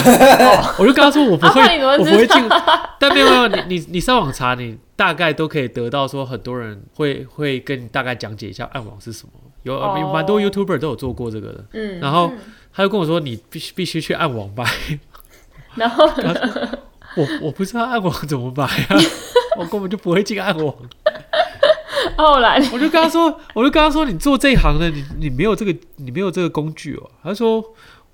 我就跟他说我不会，啊那你怎么我知不道会进，但没有没有，你你你上网查，你大概都可以得到说很多人会会跟你大概讲解一下暗网是什么，有哦有蛮多 YouTuber 都有做过这个的，嗯，然后嗯他就跟我说你必须必须去暗网吧。然后我我不知道暗网怎么买 啊，我根本就不会进暗网。后来我就跟他说，我就跟他说，你做这一行的，你你没有这个，你没有这个工具哦。他说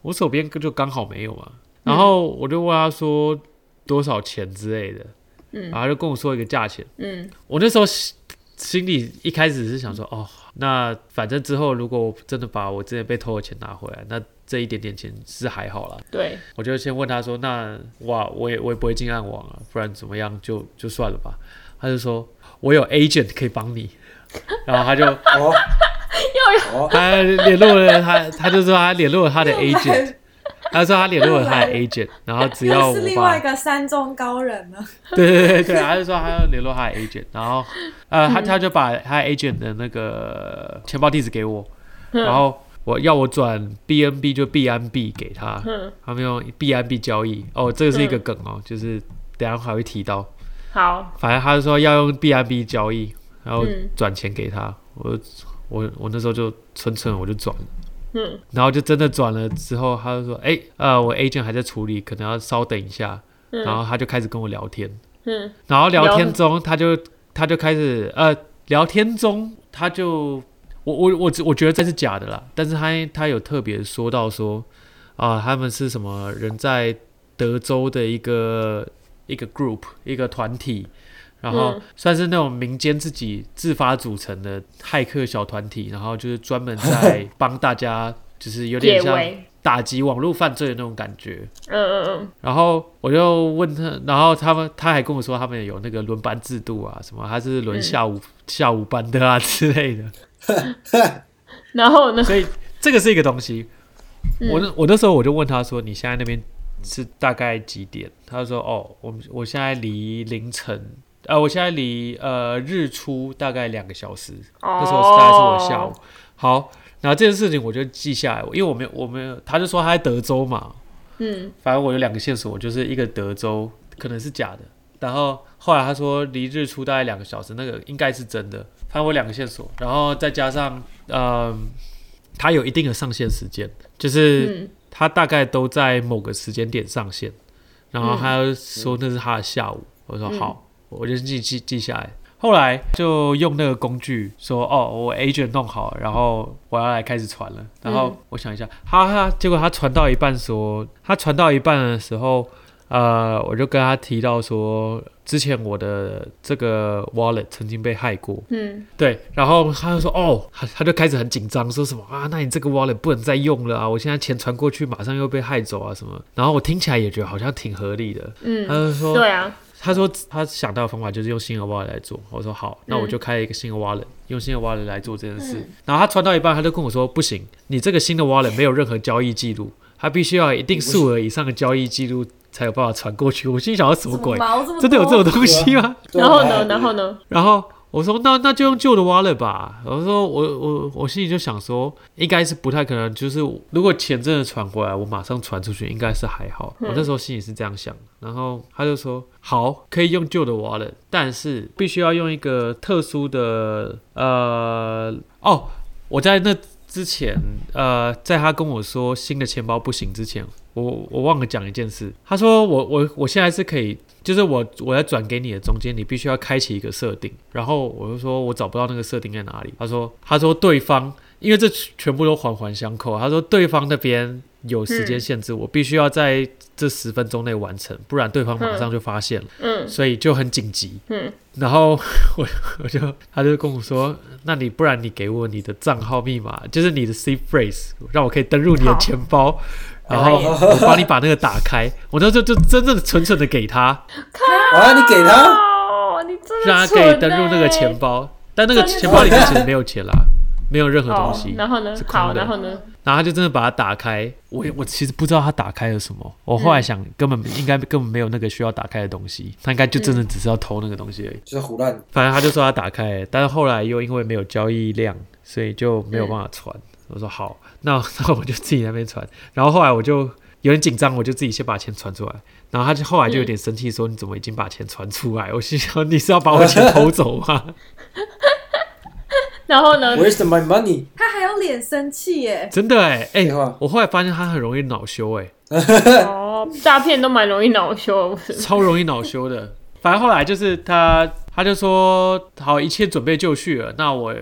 我手边就刚好没有嘛。然后我就问他说多少钱之类的，嗯然后他就跟我说一个价钱。嗯我那时候心心里一开始是想说，哦，那反正之后如果我真的把我之前被偷的钱拿回来，那这一点点钱是还好啦。对，我就先问他说：“那哇，我也我也不会进暗网啊，不然怎么样就就算了吧。”他就说：“我有 agent 可以帮你。”然后他就哦哦，他联络了他，他就说他联络了 他的 agent，他说他联络了他的 agent，然后只要又我是另外把一个山中高人呢，对对对对，他就说他要联络他的 agent，然后呃他他就把他 agent 的那个钱包地址给我，然后我要我转 BNB 就 BNB 给他，嗯，他们用 BNB 交易哦，这个是一个梗哦，就是等一下还会提到。好，反正他就说要用 BNB 交易，然后嗯转钱给他。我我我那时候就蠢蠢，我就转了，嗯，然后就真的转了之后，他就说：“哎、呃，我 agent 还在处理，可能要稍等一下。”嗯然后他就开始跟我聊天，嗯然后聊聊天中他就他就开始呃，聊天中他就我我我我觉得这是假的啦，但是他他有特别说到说啊、他们是什么人在德州的一个一个 group 一个团体，然后嗯算是那种民间自己自发组成的骇客小团体，然后就是专门在帮大家，就是有点解像围，打击网络犯罪的那种感觉。嗯嗯然后我就问他，然后他们他还跟我说他们有那个轮班制度啊，什么他是轮下午、下午班的啊之类的，嗯，然后呢？所以这个是一个东西。我那我那时候我就问他说你现在那边是大概几点？他就说哦，我们我现在离凌晨。呃，我现在离呃日出大概两个小时，那时候大概是我下午哦。好，然后这件事情我就记下来，因为我没有我没有，他就说他在德州嘛，嗯反正我有两个线索，我就是一个德州可能是假的，然后后来他说离日出大概两个小时，那个应该是真的。反正我有两个线索，然后再加上嗯，它有一定的上线时间，就是嗯它大概都在某个时间点上线。然后他就说那是他的下午，我说嗯好，我就记记记下来。后来就用那个工具说，哦，我 agent 弄好了，然后我要来开始传了。嗯然后我想一下，哈哈，结果他传到一半说，他传到一半的时候，呃，我就跟他提到说，之前我的这个 wallet 曾经被害过，嗯对，然后他就说，哦，他他就开始很紧张，说什么啊，那你这个 wallet 不能再用了啊，我现在钱传过去马上又被害走啊什么。然后我听起来也觉得好像挺合理的，他嗯，就说，对啊，他说他想到的方法就是用新的 wallet 来做。我说好，那我就开一个新的 wallet，、用新的 wallet 来做这件事。嗯然后他传到一半，他就跟我说不行，你这个新的 wallet 没有任何交易记录，他必须要有一定数额以上的交易记录才有办法传过去。我心想，什么怎么鬼？毛这么多真的有这种东西吗？对啊然后还呢？然后呢？然后我说那那就用旧的 wallet 吧。我说我我我心里就想说，应该是不太可能，就是如果钱真的传过来，我马上传出去，应该是还好。我那时候心里是这样想的。然后他就说好，可以用旧的 wallet，但是必须要用一个特殊的呃哦，我在那之前呃，在他跟我说新的钱包不行之前，我我忘了讲一件事。他说我我我现在是可以就是我我在转给你的中间，你必须要开启一个设定，然后我就说我找不到那个设定在哪里。他说他说对方，因为这全部都环环相扣，他说对方那边有时间限嗯制，我必须要在这十分钟内完成，不然对方马上就发现了，嗯所以就很紧急。嗯，然后我我就他就跟我说，那你不然你给我你的账号密码，就是你的 C phrase，让我可以登入你的好钱包。然后我帮你把那个打开，我那时候就真正的纯纯的给他，啊，你给他，哦，你真的欸让他可以登入那个钱包，但那个钱包里面其实没有钱啦，没有任何东哦西。，然后呢是？空好，的然后呢？然后他就真的把它打开，我也我其实不知道他打开了什么，我后来想根本应该根本没有那个需要打开的东西，他应该就真的只是要偷那个东西而已。就是胡乱反正他就说他打开了，但是后来又因为没有交易量，所以就没有办法传。我说好，那那我就自己在那边传。然后后来我就有点紧张，我就自己先把钱传出来。然后他就后来就有点生气，说你怎么已经把钱传出来？我心想你是要把我钱偷走吗？ 然后呢？ ，Where's my money？他还有脸生气耶，真的哎、哎、废话我后来发现他很容易恼羞哎、哦，诈骗都蛮容易恼羞，不是？超容易恼羞的。 反正后来就是他，他就说好，一切准备就绪了，那我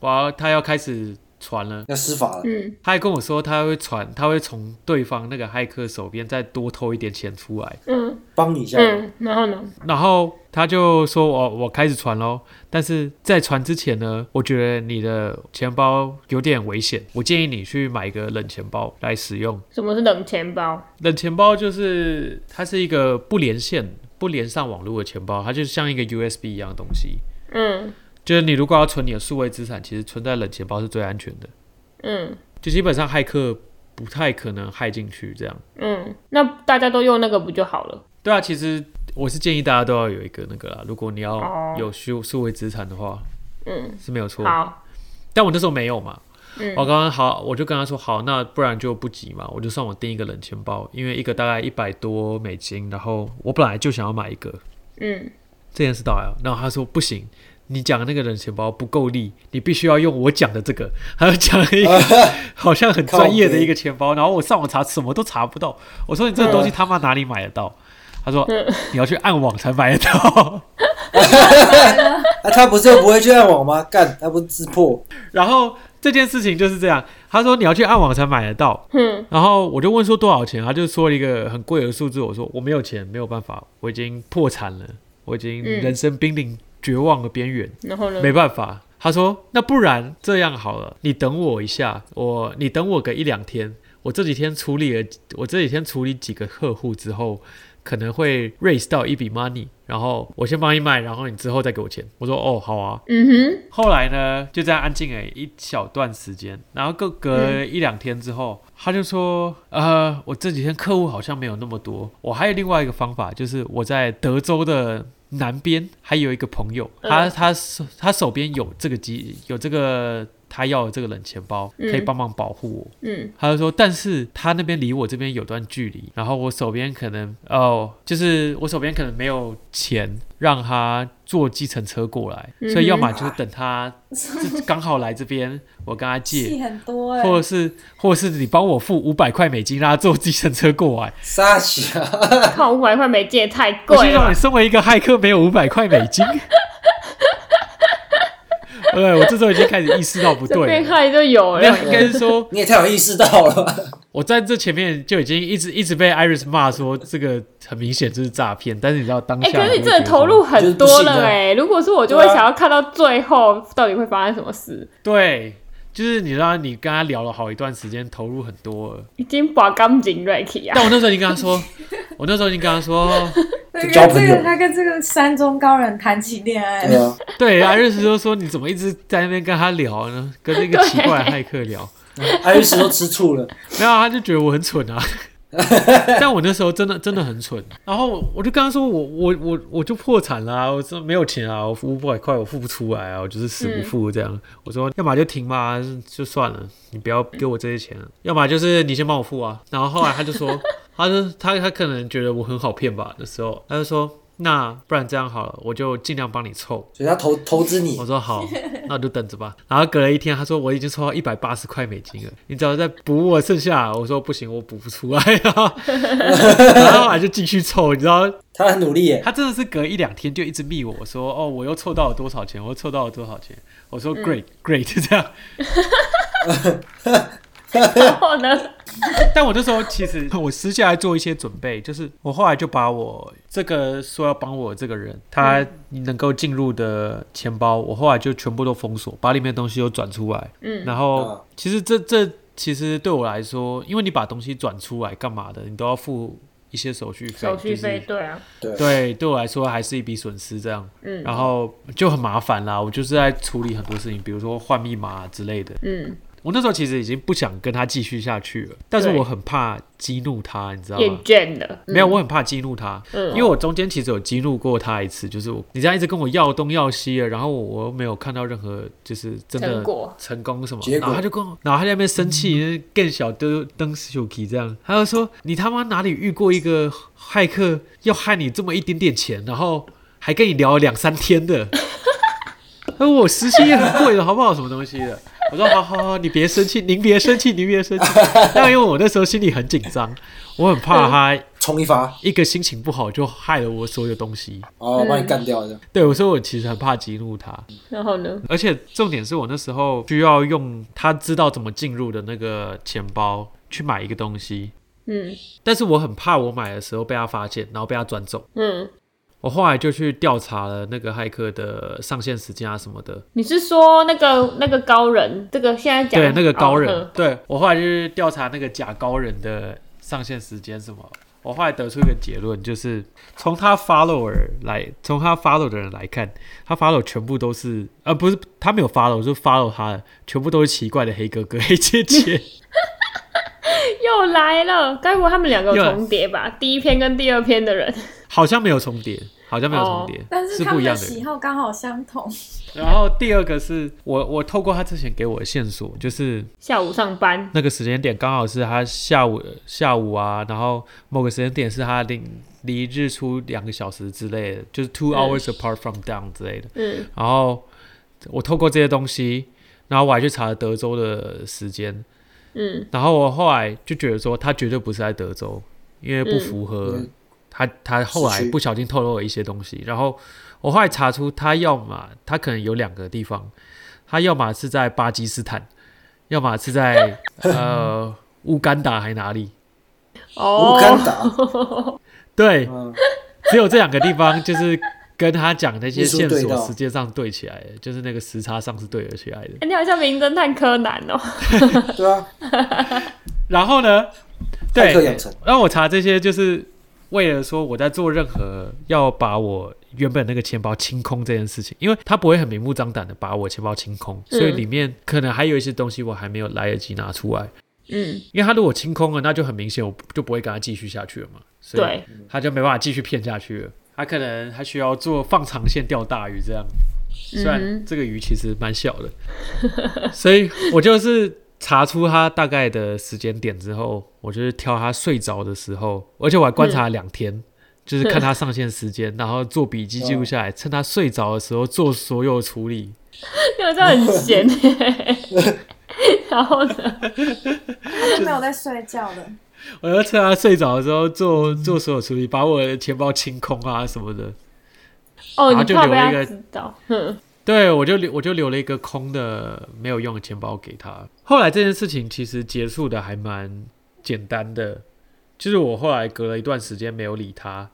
我要他要开始传了。要施法了，嗯，他还跟我说他会传，他会从对方那个骇客手边再多偷一点钱出来。嗯帮你一下。嗯，然后呢？然后他就说我我开始传喽，但是在传之前呢，我觉得你的钱包有点危险，我建议你去买一个冷钱包来使用。什么是冷钱包？冷钱包就是它是一个不连线、不连上网络的钱包，它就像一个 USB 一样的东西。嗯就是你如果要存你的数位资产，其实存在冷钱包是最安全的，嗯就基本上骇客不太可能骇进去这样。嗯，那大家都用那个不就好了？对啊，其实我是建议大家都要有一个那个啦，如果你哦要有数数位资产的话嗯，是没有错。好，但我那时候没有嘛，嗯我刚刚好我就跟他说好，那不然就不急嘛，我就上网订一个冷钱包，因为一个大概一百多美金，然后我本来就想要买一个，嗯，这件事到来了，然后他说不行，你讲的那个冷钱包不够力，你必须要用我讲的这个，还要讲一 个好像很专业的一个钱包，然后我上网查什么都查不到，我说你这个嗯东西他妈哪里买得到？他说你要去暗网才买得到，啊，他不是又不会去暗网吗？ 干，他不是自破？然后这件事情就是这样，他说你要去暗网才买得到，哼，然后我就问说多少钱，他就说了一个很贵的数字，我说我没有钱，没有办法，我已经破产了，我已经嗯人生濒临绝望的边缘，然后呢？没办法，他说那不然这样好了，你等我一下，我你等我个一两天，我这几天处理了，我这几天处理几个客户之后，可能会 raise 到一笔 money，然后我先帮你买，然后你之后再给我钱。我说哦，好啊。嗯哼，后来呢，就这样安静了一小段时间，然后隔隔一两天之后，他就说，呃，我这几天客户好像没有那么多，我还有另外一个方法，就是我在德州的南边还有一个朋友，他嗯他手他手边有这个机有这个他要的这个冷钱包，可以嗯帮忙保护我。嗯他就说，但是他那边离我这边有段距离，然后我手边可能哦，就是我手边可能没有钱让他坐计程车过来，嗯哼所以要么就是等他自刚好来这边，我跟他 借，气很多哎，或者是或者是你帮我付五百块美金让他坐计程车过来。傻小，靠，五百块没借太我贵啊心想，了你。身为一个骇客，没有五百块美 金。对，我这时候已经开始意识到不这对边了，看就有没有，了，应该是说 你也太有意识到了吧。我在这前面就已经一直一直被 Iris 骂说这个很明显就是诈骗，但是你知道当下哎、就可会觉得说，是你真的投入很多啊了哎、如果是我，就会对啊想要看到最后到底会发生什么事。对，就是你知道你跟他聊了好一段时间，投入很多了。已经把钢筋 r i k 啊但，我那时候已经跟他 说，我那时候已经跟他说，对就交跟朋这友个他跟这个山中高人谈起恋爱对了， 啊，对，Iris 就说你怎么一直在那边跟他聊呢？跟那个对奇怪的骇客聊，爱丽丝都吃醋了，没有啊，他就觉得我很蠢啊。但我那时候真的真的很蠢，然后我就跟他说我我我我就破产啦、我真的没有钱啊，我五百块我付不出来啊，我就是死不付这样。我说要么就停吧，就算了，你不要给我这些钱了，要么就是你先帮我付啊。然后后来他就说，他就他他可能觉得我很好骗吧的时候，他就说那不然这样好了，我就尽量帮你凑。所以他投投资你我，说好，那我就等着吧。 然后隔了一天，他说我已经抽到一百八十块美金了，你只要再补我剩下。我说不行，我补不出来啊。 然后后来就继续凑，你知道，他很努力耶。他真的是隔一两天就一直密我说，哦，我又凑到了多少钱，我又凑到了多少钱。我说 great、great 就这样。然后 呢？但我那时候其实 我私下来做一些准备，就是我后来就把我这个说要帮我这个人，他能够进入的钱包，我后来就全部都封锁，把里面的东西都转出来。嗯然后嗯其实这这其实对我来说，因为你把东西转出来干嘛的，你都要付一些手续费，手续就是费，对啊，对，对，对我来说还是一笔损失，这样，嗯然后就很麻烦啦。我就是在处理很多事情，比如说换密码之类的。嗯，我那时候其实已经不想跟他继续下去了，但是对我很怕激怒他，你知道厌吗？倦了，没有，我很怕激怒他，嗯因为我中间其实有激怒过他一次，就是我你这样一直跟我要东要西的，然后我又没有看到任何就是真的成果嗯成功什么，结果然后他就跟我，然后他在那边生气，更小灯灯 Suki 这样，他就说你他妈哪里遇过一个骇客要害你这么一点点钱，然后还跟你聊了两三天的，他说我时薪也很贵的，好不好？什么东西的？我说好好好，你别生气，您别生气，您别生气。但因为我那时候心里很紧张，我很嗯怕他冲一发，一个心情不好就害了我所有东西。哦，把你干掉这样。对，我说我其实很怕激怒他，然后呢？而且重点是我那时候需要用他知道怎么进入的那个钱包去买一个东西，嗯但是我很怕我买的时候被他发现，然后被他转走。嗯，我后来就去调查了那个骇客的上线时间啊什么的，你是说那个那个高人，这个现在讲对那个高人，哦对我后来就是调查那个假高人的上线时间什么，我后来得出一个结论，就是从他 follower 来，从他 follow 的人来看，他 follow 全部都是，呃，不是他没有 follow，是 follow 他的，全部都是奇怪的黑哥哥、黑姐姐。嗯又来了，该不会他们两个有又来重叠吧？第一篇跟第二篇的人，好像没有重叠，好像没有重叠，但是是他不们一样的的人喜。好刚好相 同，然后第二个是我我透过他之前给我的线索，就是下午上班，那个时间点刚好是他下午下午啊，然后某个时间点是他离离日出两个小时之类的，就是 two 嗯 hours apart from dawn 之类的。嗯然后我透过这些东西，然后我还去查了德州的时间，嗯然后我后来就觉得说他绝对不是在德州，因为不符合嗯他、他后来市区不小心透露了一些东西，然后我后来查出他要么他可能有两个地方，他要么是在巴基斯坦，要么是在 呃乌干达还哪里？哦乌，干达，对，嗯，只有这两个地方就是跟他讲那些运输线对索到时间上对起来的，就是那个时差上是对得起来的。哎你好像名侦探柯南哦，对啊，然后呢，对骇客养成，让我查这些就是为了说我在做任何要把我原本那个钱包清空这件事情，因为他不会很明目张胆的把我钱包清空，嗯所以里面可能还有一些东西我还没有来得及拿出来。嗯，因为他如果清空了，那就很明显我就不会跟他继续下去了嘛，所以对，他就没办法继续骗下去了。他可能还需要做放长线钓大鱼这样，虽嗯然这个鱼其实蛮小的，所以我就是查出他大概的时间点之后，我就是挑他睡着的时候，而且我还观察了两天，就是看他上线时间，然后做笔记记录下来，趁他睡着的时候做所有处理。你好像很 闲耶。然后呢？他就没有在睡觉的。我要趁他睡着的时候做做所有处理，把我的钱包清空啊什么的。哦，然后你就怕留被了他一个知道，嗯对，我就留我就留了一个空的没有用的钱包给他。后来这件事情其实结束的还蛮简单的，就是我后来隔了一段时间没有理他，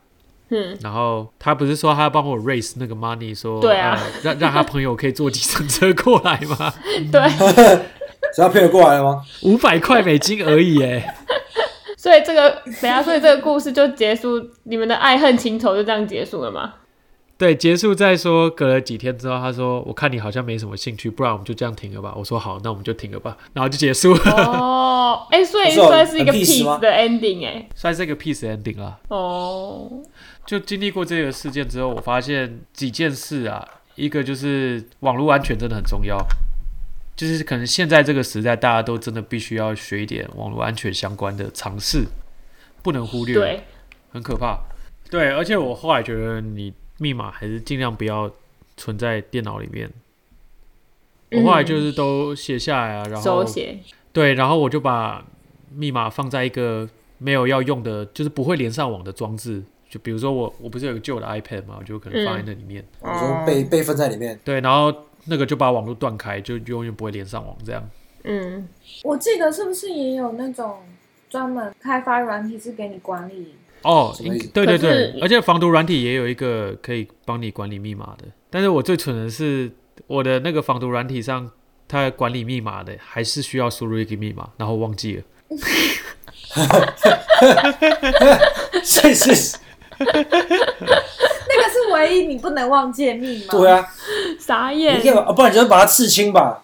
嗯，然后他不是说他要帮我 raise 那个 money，说对啊呃让让他朋友可以坐计程车过来吗？ 对。只要朋友过来了吗？五百块美金而已，哎，所以这个，等一下，所以这个故事就结束，你们的爱恨情仇就这样结束了吗？对，结束再说。隔了几天之后，他说：“我看你好像没什么兴趣，不然我们就这样停了吧。”我说：“好，那我们就停了吧。”然后就结束了，哦，哎、所以不是哦算是一个很 peace 吗 peace 的 ending 哎、算是一个 peace ending 啦。哦，就经历过这个事件之后，我发现几件事啊，一个就是网络安全真的很重要，就是可能现在这个时代，大家都真的必须要学一点网络安全相关的常识，不能忽略。对，很可怕。对，而且我后来觉得你密码还是尽量不要存在电脑里面。我后来就是都写下来啊，然后嗯手写，对，然后我就把密码放在一个没有要用的，就是不会连上网的装置。就比如说我我不是有个旧的 iPad 嘛，我就可能嗯放在那里面。我说被被分在里面，对，然后那个就把网络断开，就永远不会连上网这样。嗯，我记得是不是也有那种专门开发软体是给你管理？哦，什么应意思对对可是对，而且防毒软体也有一个可以帮你管理密码的，但是我最蠢的是我的那个防毒软体上，它管理密码的还是需要输入一个密码，然后忘记了。是是，那个是唯一你不能忘记的密码。对，啊，傻眼你可以，把，啊不然你就把它刺青吧，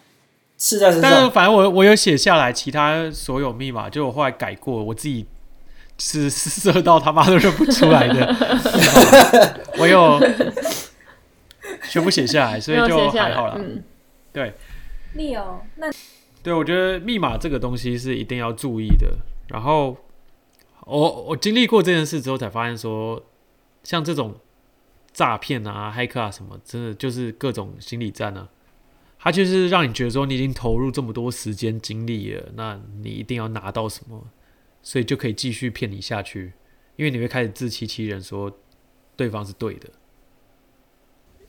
刺在身但是上。反正我我有写下来其他所有密码，就我后来改过，我自己是 是设到他妈都认不出来 的，我有全部写下来，所没以有就写下还来好啦。，嗯，利友，那对，我觉得密码这个东西是一定要注意的。然后我我经历过这件事之后，才发现说，像这种诈骗啊、黑客啊什么，真的就是各种心理战啊。他就是让你觉得说你已经投入这么多时间精力了，那你一定要拿到什么，所以就可以继续骗你下去，因为你会开始自欺欺人，说对方是对的。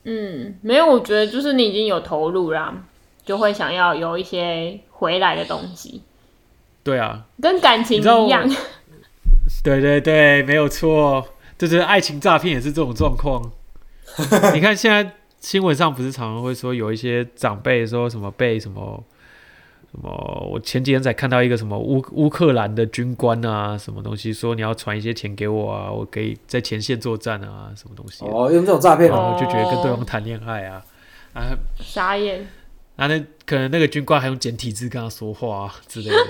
嗯，没有，我觉得就是你已经有投入啦，就会想要有一些回来的东西，对啊，跟感情你知道我一样，对对对，没有错，就是爱情诈骗也是这种状况。你看现在新闻上不是常常会说有一些长辈说什么被什么什么，我前几天才看到一个什么乌乌克兰的军官啊，什么东西说你要传一些钱给我啊，我可以在前线作战啊，什么东西、哦，用这种诈骗然哦，后就觉得跟对方谈恋爱啊，啊， 傻眼，然后那可能那个军官还用简体字跟他说话啊之类的。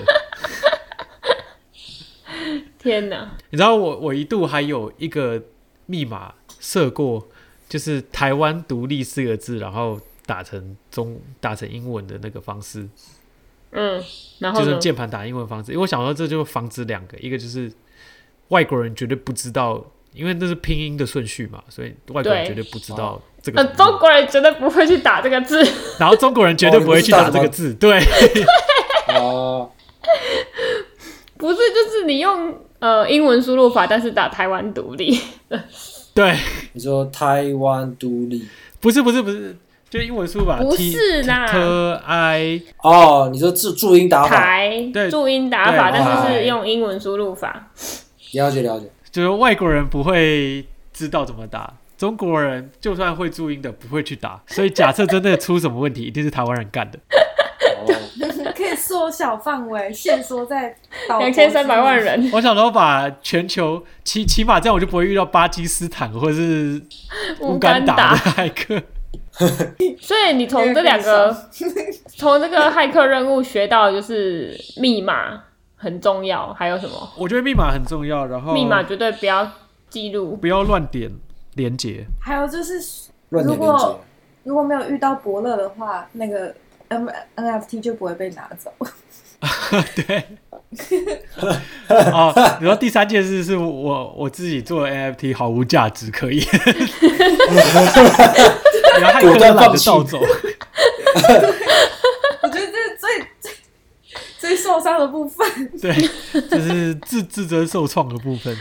天哪，你知道我我一度还有一个密码设过，就是台湾独立四个字，然后打成中打成英文的那个方式，嗯，然后就是呢用？键盘打英文方式。因为我想说这就防止两个，一个就是外国人绝对不知道，因为那是拼音的顺序嘛，所以外国人对绝对不知道这个呃什，么字。中国人绝对不会去打这个字， 然哦后中国人绝对不会去打这个 字，对哦 不是，就是你用呃英文输入法，但是打台湾独立，对，你说台湾独立不是不是不是，就英文书法不 T 是啦 T I 哦，你说注注音打法，台对注音打法，对但是台是用英文输入法。了解了解。就是外国人不会知道怎么打，中国人就算会注音的不会去打，所以假设真的出什么问题，一定是台湾人干 的。哦，可以缩小范围，限缩在两千三百万人。人，我想说把全球起起码这样我就不会遇到巴基斯坦或是 乌干达的乌干骇客。所以你从这两个，从这个骇客任务学到的就是密码很重要，还有什么？我觉得密码很重要，然后密码绝对不要记录。不要乱点连 接。还有就是，乱点连接如果。如果没有遇到伯乐的话，那个 M NFT 就不会被拿走。 对。啊，你说第三件事是我我自己做的 NFT 毫无价值 可言， 然后骇客果断都懒放得弃盗走。我觉得这是最最最受伤的部分。 对，就是自自尊受创的部分。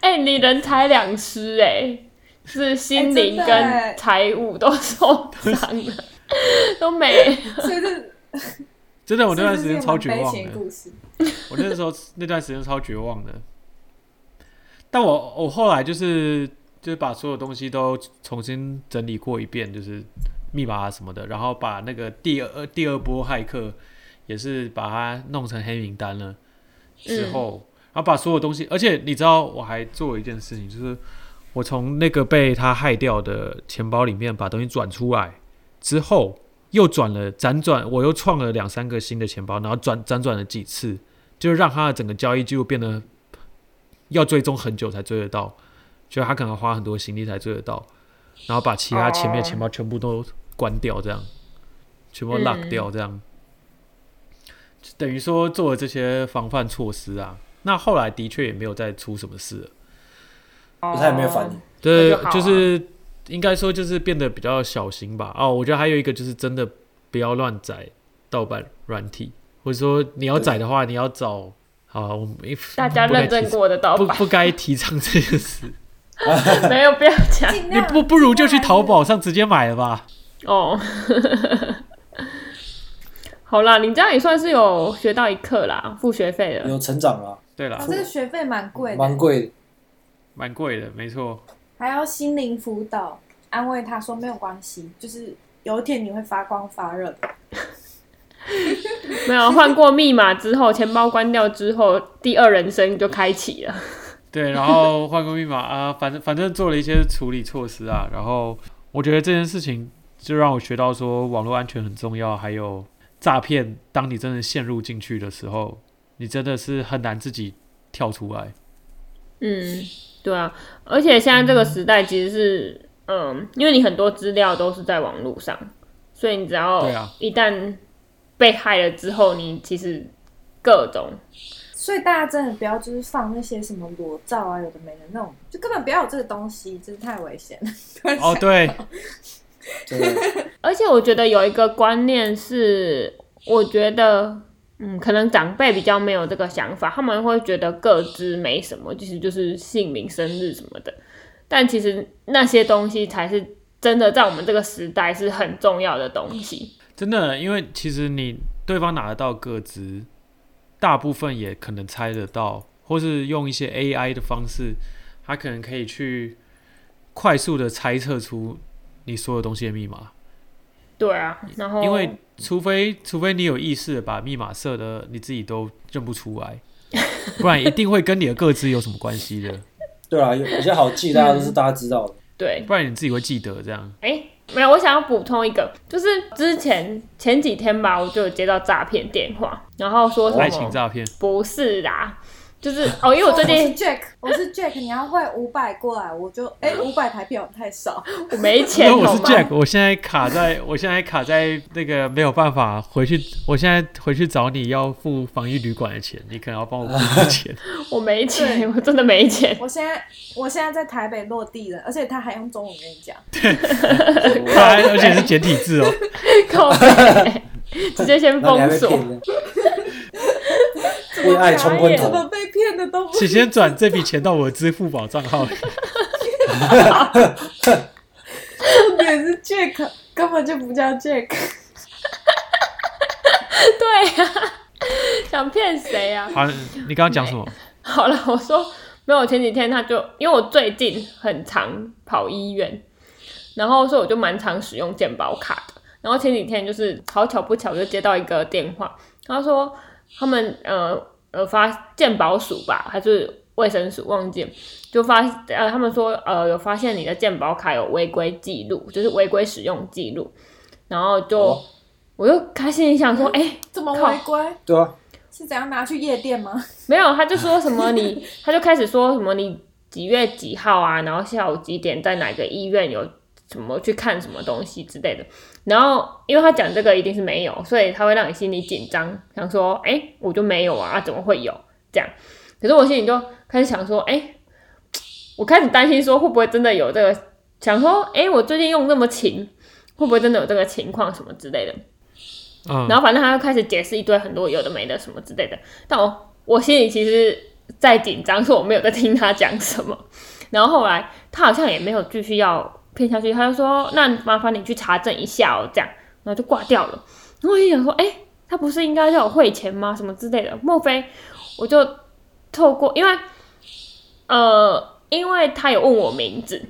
哎、你人财两失哎、是心灵哎真的哎跟财务都受伤了， 都没。所以这真的，我那段这时是一间个超蛮绝悲望情的的。故事。我那时候那段时间超绝望的。但我我后来就是就是把所有东西都重新整理过一遍，就是密码啊什么的，然后把那个第二第二波骇客也是把它弄成黑名单嗯了之后，然后把所有东西，而且你知道我还做了一件事情，就是我从那个被他害掉的钱包里面把东西转出来之后，又转了辗转，我又创了两三个新的钱包，然后转辗转了几次，就是让他的整个交易记录变得要追踪很久才追得到，就他可能花很多心力才追得到，然后把其他前面的钱包全部都关掉，这样全部 lock 嗯掉，这样、就等于说做了这些防范措施啊。那后来的确也没有再出什么事了。就他也没有烦你。对，那就好啊是应该说就是变得比较小心吧。哦，我觉得还有一个就是真的不要乱载盗版软体，或者说你要载的话，你要找好，我们大家认证过的盗不版，不该提倡这件 事，没有不要讲尽你量不不如就去尽量淘宝上直接买了吧。哦。 好啦，你这样也算是有学到一课啦，付学费了。有成长啊，对还啦是。哦，，这个学费蛮贵的，蛮贵的。蛮贵的，没错。还要心灵辅导，安慰他说没有关系，就是有一天你会发光发热的。没有换过密码之后，钱包关掉之后，第二人生就开启了。对，然后换个密码啊，反正反正做了一些处理措施啊。然后我觉得这件事情就让我学到说网络安全很重要，还有诈骗，当你真的陷入进去的时候，你真的是很难自己跳出来。嗯，对啊，而且现在这个时代其实是，嗯，因为你很多资料都是在网络上，所以你只要对啊一旦被害了之后，你其实各种所以大家真的不要就是放那些什么裸照啊，有的没的那种，就根本不要有这个东西，真是太危险了。突然哦，想对，真的，而且我觉得有一个观念是，我觉得，嗯，可能长辈比较没有这个想法，他们会觉得各自没什么，其实就是姓名、生日什么的。但其实那些东西才是真的在我们这个时代是很重要的东西。真的，因为其实你对方拿得到个资，大部分也可能猜得到，或是用一些 AI 的方式，它可能可以去快速的猜测出你所有东西的密码。对啊，然后因为除非除非你有意识的把密码设的你自己都认不出 来，不然一定会跟你的个资有什么关系的，对啊，有有些好记，大家都是大家知道的。对，不然你自己会记得这样。哎、没有，我想要补充一个，就是之前前几天吧，我就有接到诈骗电话，然后说什么爱情诈骗，不是啦，就是哦，因为我最近我是 Jack，我是 Jack，你要汇五百过来，我就哦哎五百台币好像太少，我没钱，因为我是好吗 Jack，我现在卡在，我现在卡在那个没有办法回去，我现在回去找你要付防疫旅馆的钱，你可能要帮我付 钱。我没对钱，我真的没 钱。我现在我现在在台北落地了，而且他还用中文跟你讲，哦他而且是简体字哦，靠北， 直接先那你还封被锁。骗呢？为爱冲昏怎怎头，么被骗的都不请先转这笔钱到我的支付宝账号。重点是 Jack 根本就不叫 Jack， 对呀、 想骗谁啊呀？好，你刚刚讲什么？ 好了，我说没有，前几天他就因为我最近很常跑医院，然后所以我就蛮常使用健保卡的。然后前几天就是好巧不巧就接到一个电话，他说他们呃呃发健保署吧还是卫生署忘记了，就发呃他们说呃有发现你的健保卡有违规记录，就是违规使用记录，然后就、哦我就开心里想说，哎、怎么违规？对啊，是怎样拿去夜店吗？没有，他就说什么你，他就开始说什么你几月几号啊，然后下午几点在哪个医院有什么去看什么东西之类的。然后因为他讲这个一定是没有，所以他会让你心里紧张，想说，哎、我就没有啊，啊怎么会有这样？可是我心里就开始想说，哎、我开始担心说会不会真的有这个，想说，哎、我最近用那么勤，会不会真的有这个情况什么之类的？嗯然，后反正他又开始解释一堆很多有的没的什么之类的，但我我心里其实在紧张，说我没有在听他讲什么。然后后来他好像也没有继续要骗下去，他就说：“那麻烦你去查证一下哦。”这样，然后就挂掉了。然后我就想说：“哎、他不是应该要我汇钱吗？什么之类的？莫非我就透过因为呃，因为他有问我名字，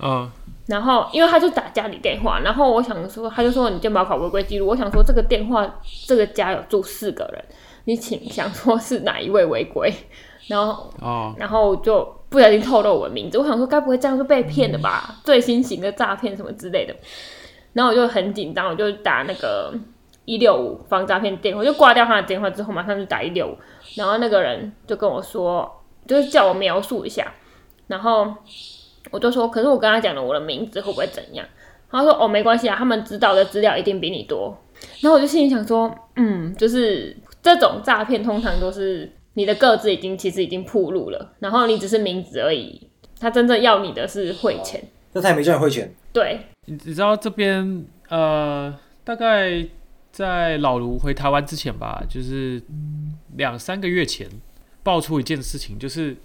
嗯，然后因为他就打家里电话，然后我想说，他就说你健保卡违规记录，我想说这个电话这个家有住四 个人，你请想说是哪一位违规，然后哦，然后我就不小心透露我的名字，我想说该不会这样就被骗了吧？最新型的诈骗什么之类的，然后我就很紧张，我就打那个一六五防诈骗电话，我就挂掉他的电话之后，马上就打一六五，然后那个人就跟我说，就是叫我描述一下，然后我就说，可是我跟他讲了我的名字会不会怎样？他说哦没关系啊，他们知道的资料一定比你多。然后我就心里想说，嗯，就是这种诈骗通常都是你的个子已经其实已经暴露了，然后你只是名字而已，他真正要你的是汇钱。哦那他也没叫你汇钱，对，你你知道这边呃，大概在老卢回台湾之前吧，就是两三个月前爆出一件事情，就是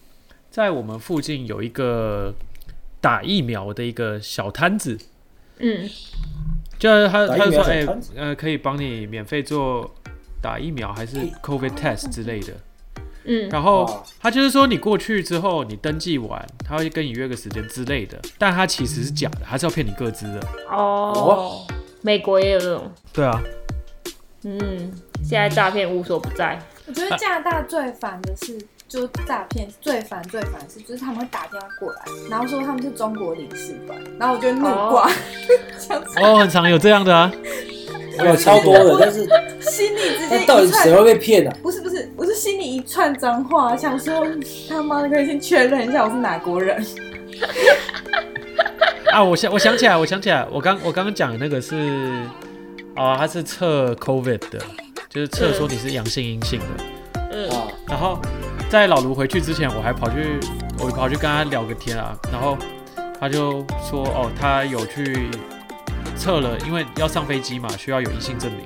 在我们附近有一个打疫苗的一个小摊子，嗯，就是他打疫他就说，苗小哎、摊子呃，可以帮你免费做打疫苗还是 COVID test 之类的。嗯然后哇他就是说，你过去之后，你登记完，他会跟你约个时间之类的，但他其实是假的，他是要骗你各自的。哦，美国也有这种，对啊，嗯，现在诈骗无所不在，我觉得加拿大最烦的是，就是诈骗最烦最烦的是，就是他们会打电话过来，然后说他们是中国领事馆，然后我就怒挂， 想哦，很常有这样的啊。我有超多的，但是心里直接那到底一谁会串，被骗啊？不是不是，我是心里一串脏话，想说他妈的可以先确认一下我是哪国人，啊，我想我想起来，我想起来，我刚我刚刚讲的那个是啊，他是测 COVID 的，就是测说你是阳性阴性的。嗯啊，然后在老卢回去之前，我还跑去我跑去跟他聊个天啊，然后他就说哦，他有去测了，因为要上飞机嘛，需要有阴性证明。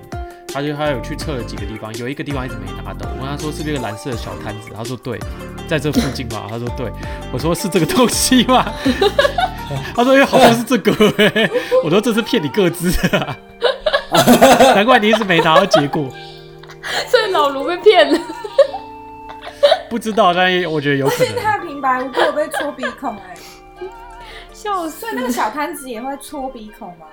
他就他有去测了几个地方，有一个地方一直没拿到。我问他说是不是一个蓝色的小摊子，他说对，在这附近嘛。他说对，我说是这个东西吗？ 他说哎、好像是这个、欸。我说这是骗你各自啊， 难怪你一直没拿到结果。所以老卢被骗了，不知道，但也我觉得有可能。太平白无故地被戳鼻孔哎、笑死所以那个小摊子也会戳鼻孔吗？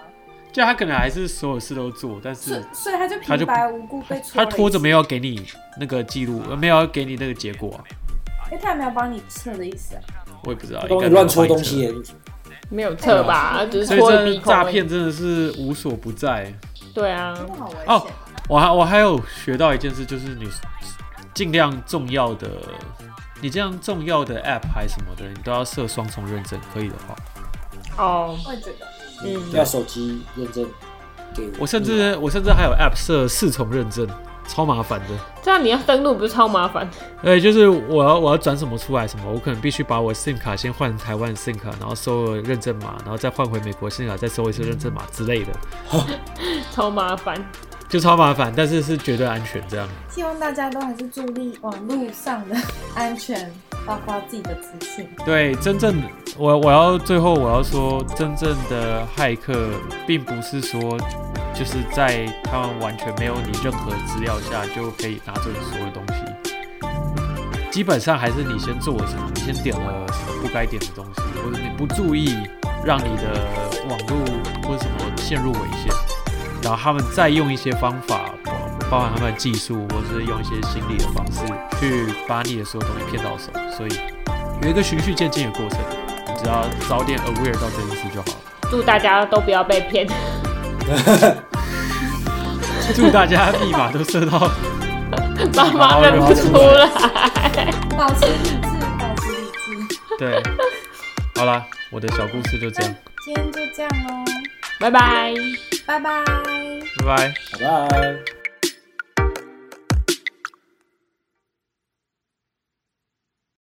就他可能还是所有事都做，但所以是所以他就他就平白无故被戳他了一次，拖着没有给你那个记录，呃没有给你那个结果啊、因为他也没有帮你测的意思啊。我也不知道，应帮该没有你乱戳东帮西你耶，没有测吧，就是测。戳所了以鼻这孔诈而已，骗真的是无所不在。对啊真，的好危险、哦我还我还有学到一件事，就是你尽量重要的，你这样重要的 app 还是什么的，你都要设双重认证，可以的话。哦，我也觉得，嗯，要手机认证给嗯我甚至我甚至还有 app 设四重认证，超麻烦的。这样你要登录不是超麻烦？对，就是我要我要转什么出来什么，我可能必须把我 SIM 卡先换台湾 SIM 卡，然后收了认证码，然后再换回美国 SIM 卡，再收一次认证码之类的，超麻烦。就超麻烦，但是是绝对安全这样。希望大家都还是注意网络上的安全，包括自己的资讯。对，真正我我要最后我要说，真正的骇客并不是说就是在他们完全没有你任何资料下就可以拿走你所有东西。基本上还是你先做了什么，你先点了什么不该点的东西，或者你不注意让你的网络或者什么陷入危险，然后他们再用一些方法，包包含他们的技术或者是用一些心理的方式去把你的所有东西骗到手，所以有一个循序渐进的过程，你只要早点 aware 到这件事就好了。祝大家都不要被骗。 祝大家密码都设到，爸妈认不出来。保持理智，保持理智。对，好啦，我的小故事就这那样，今天就这样喽，拜拜。拜拜。拜拜。拜拜。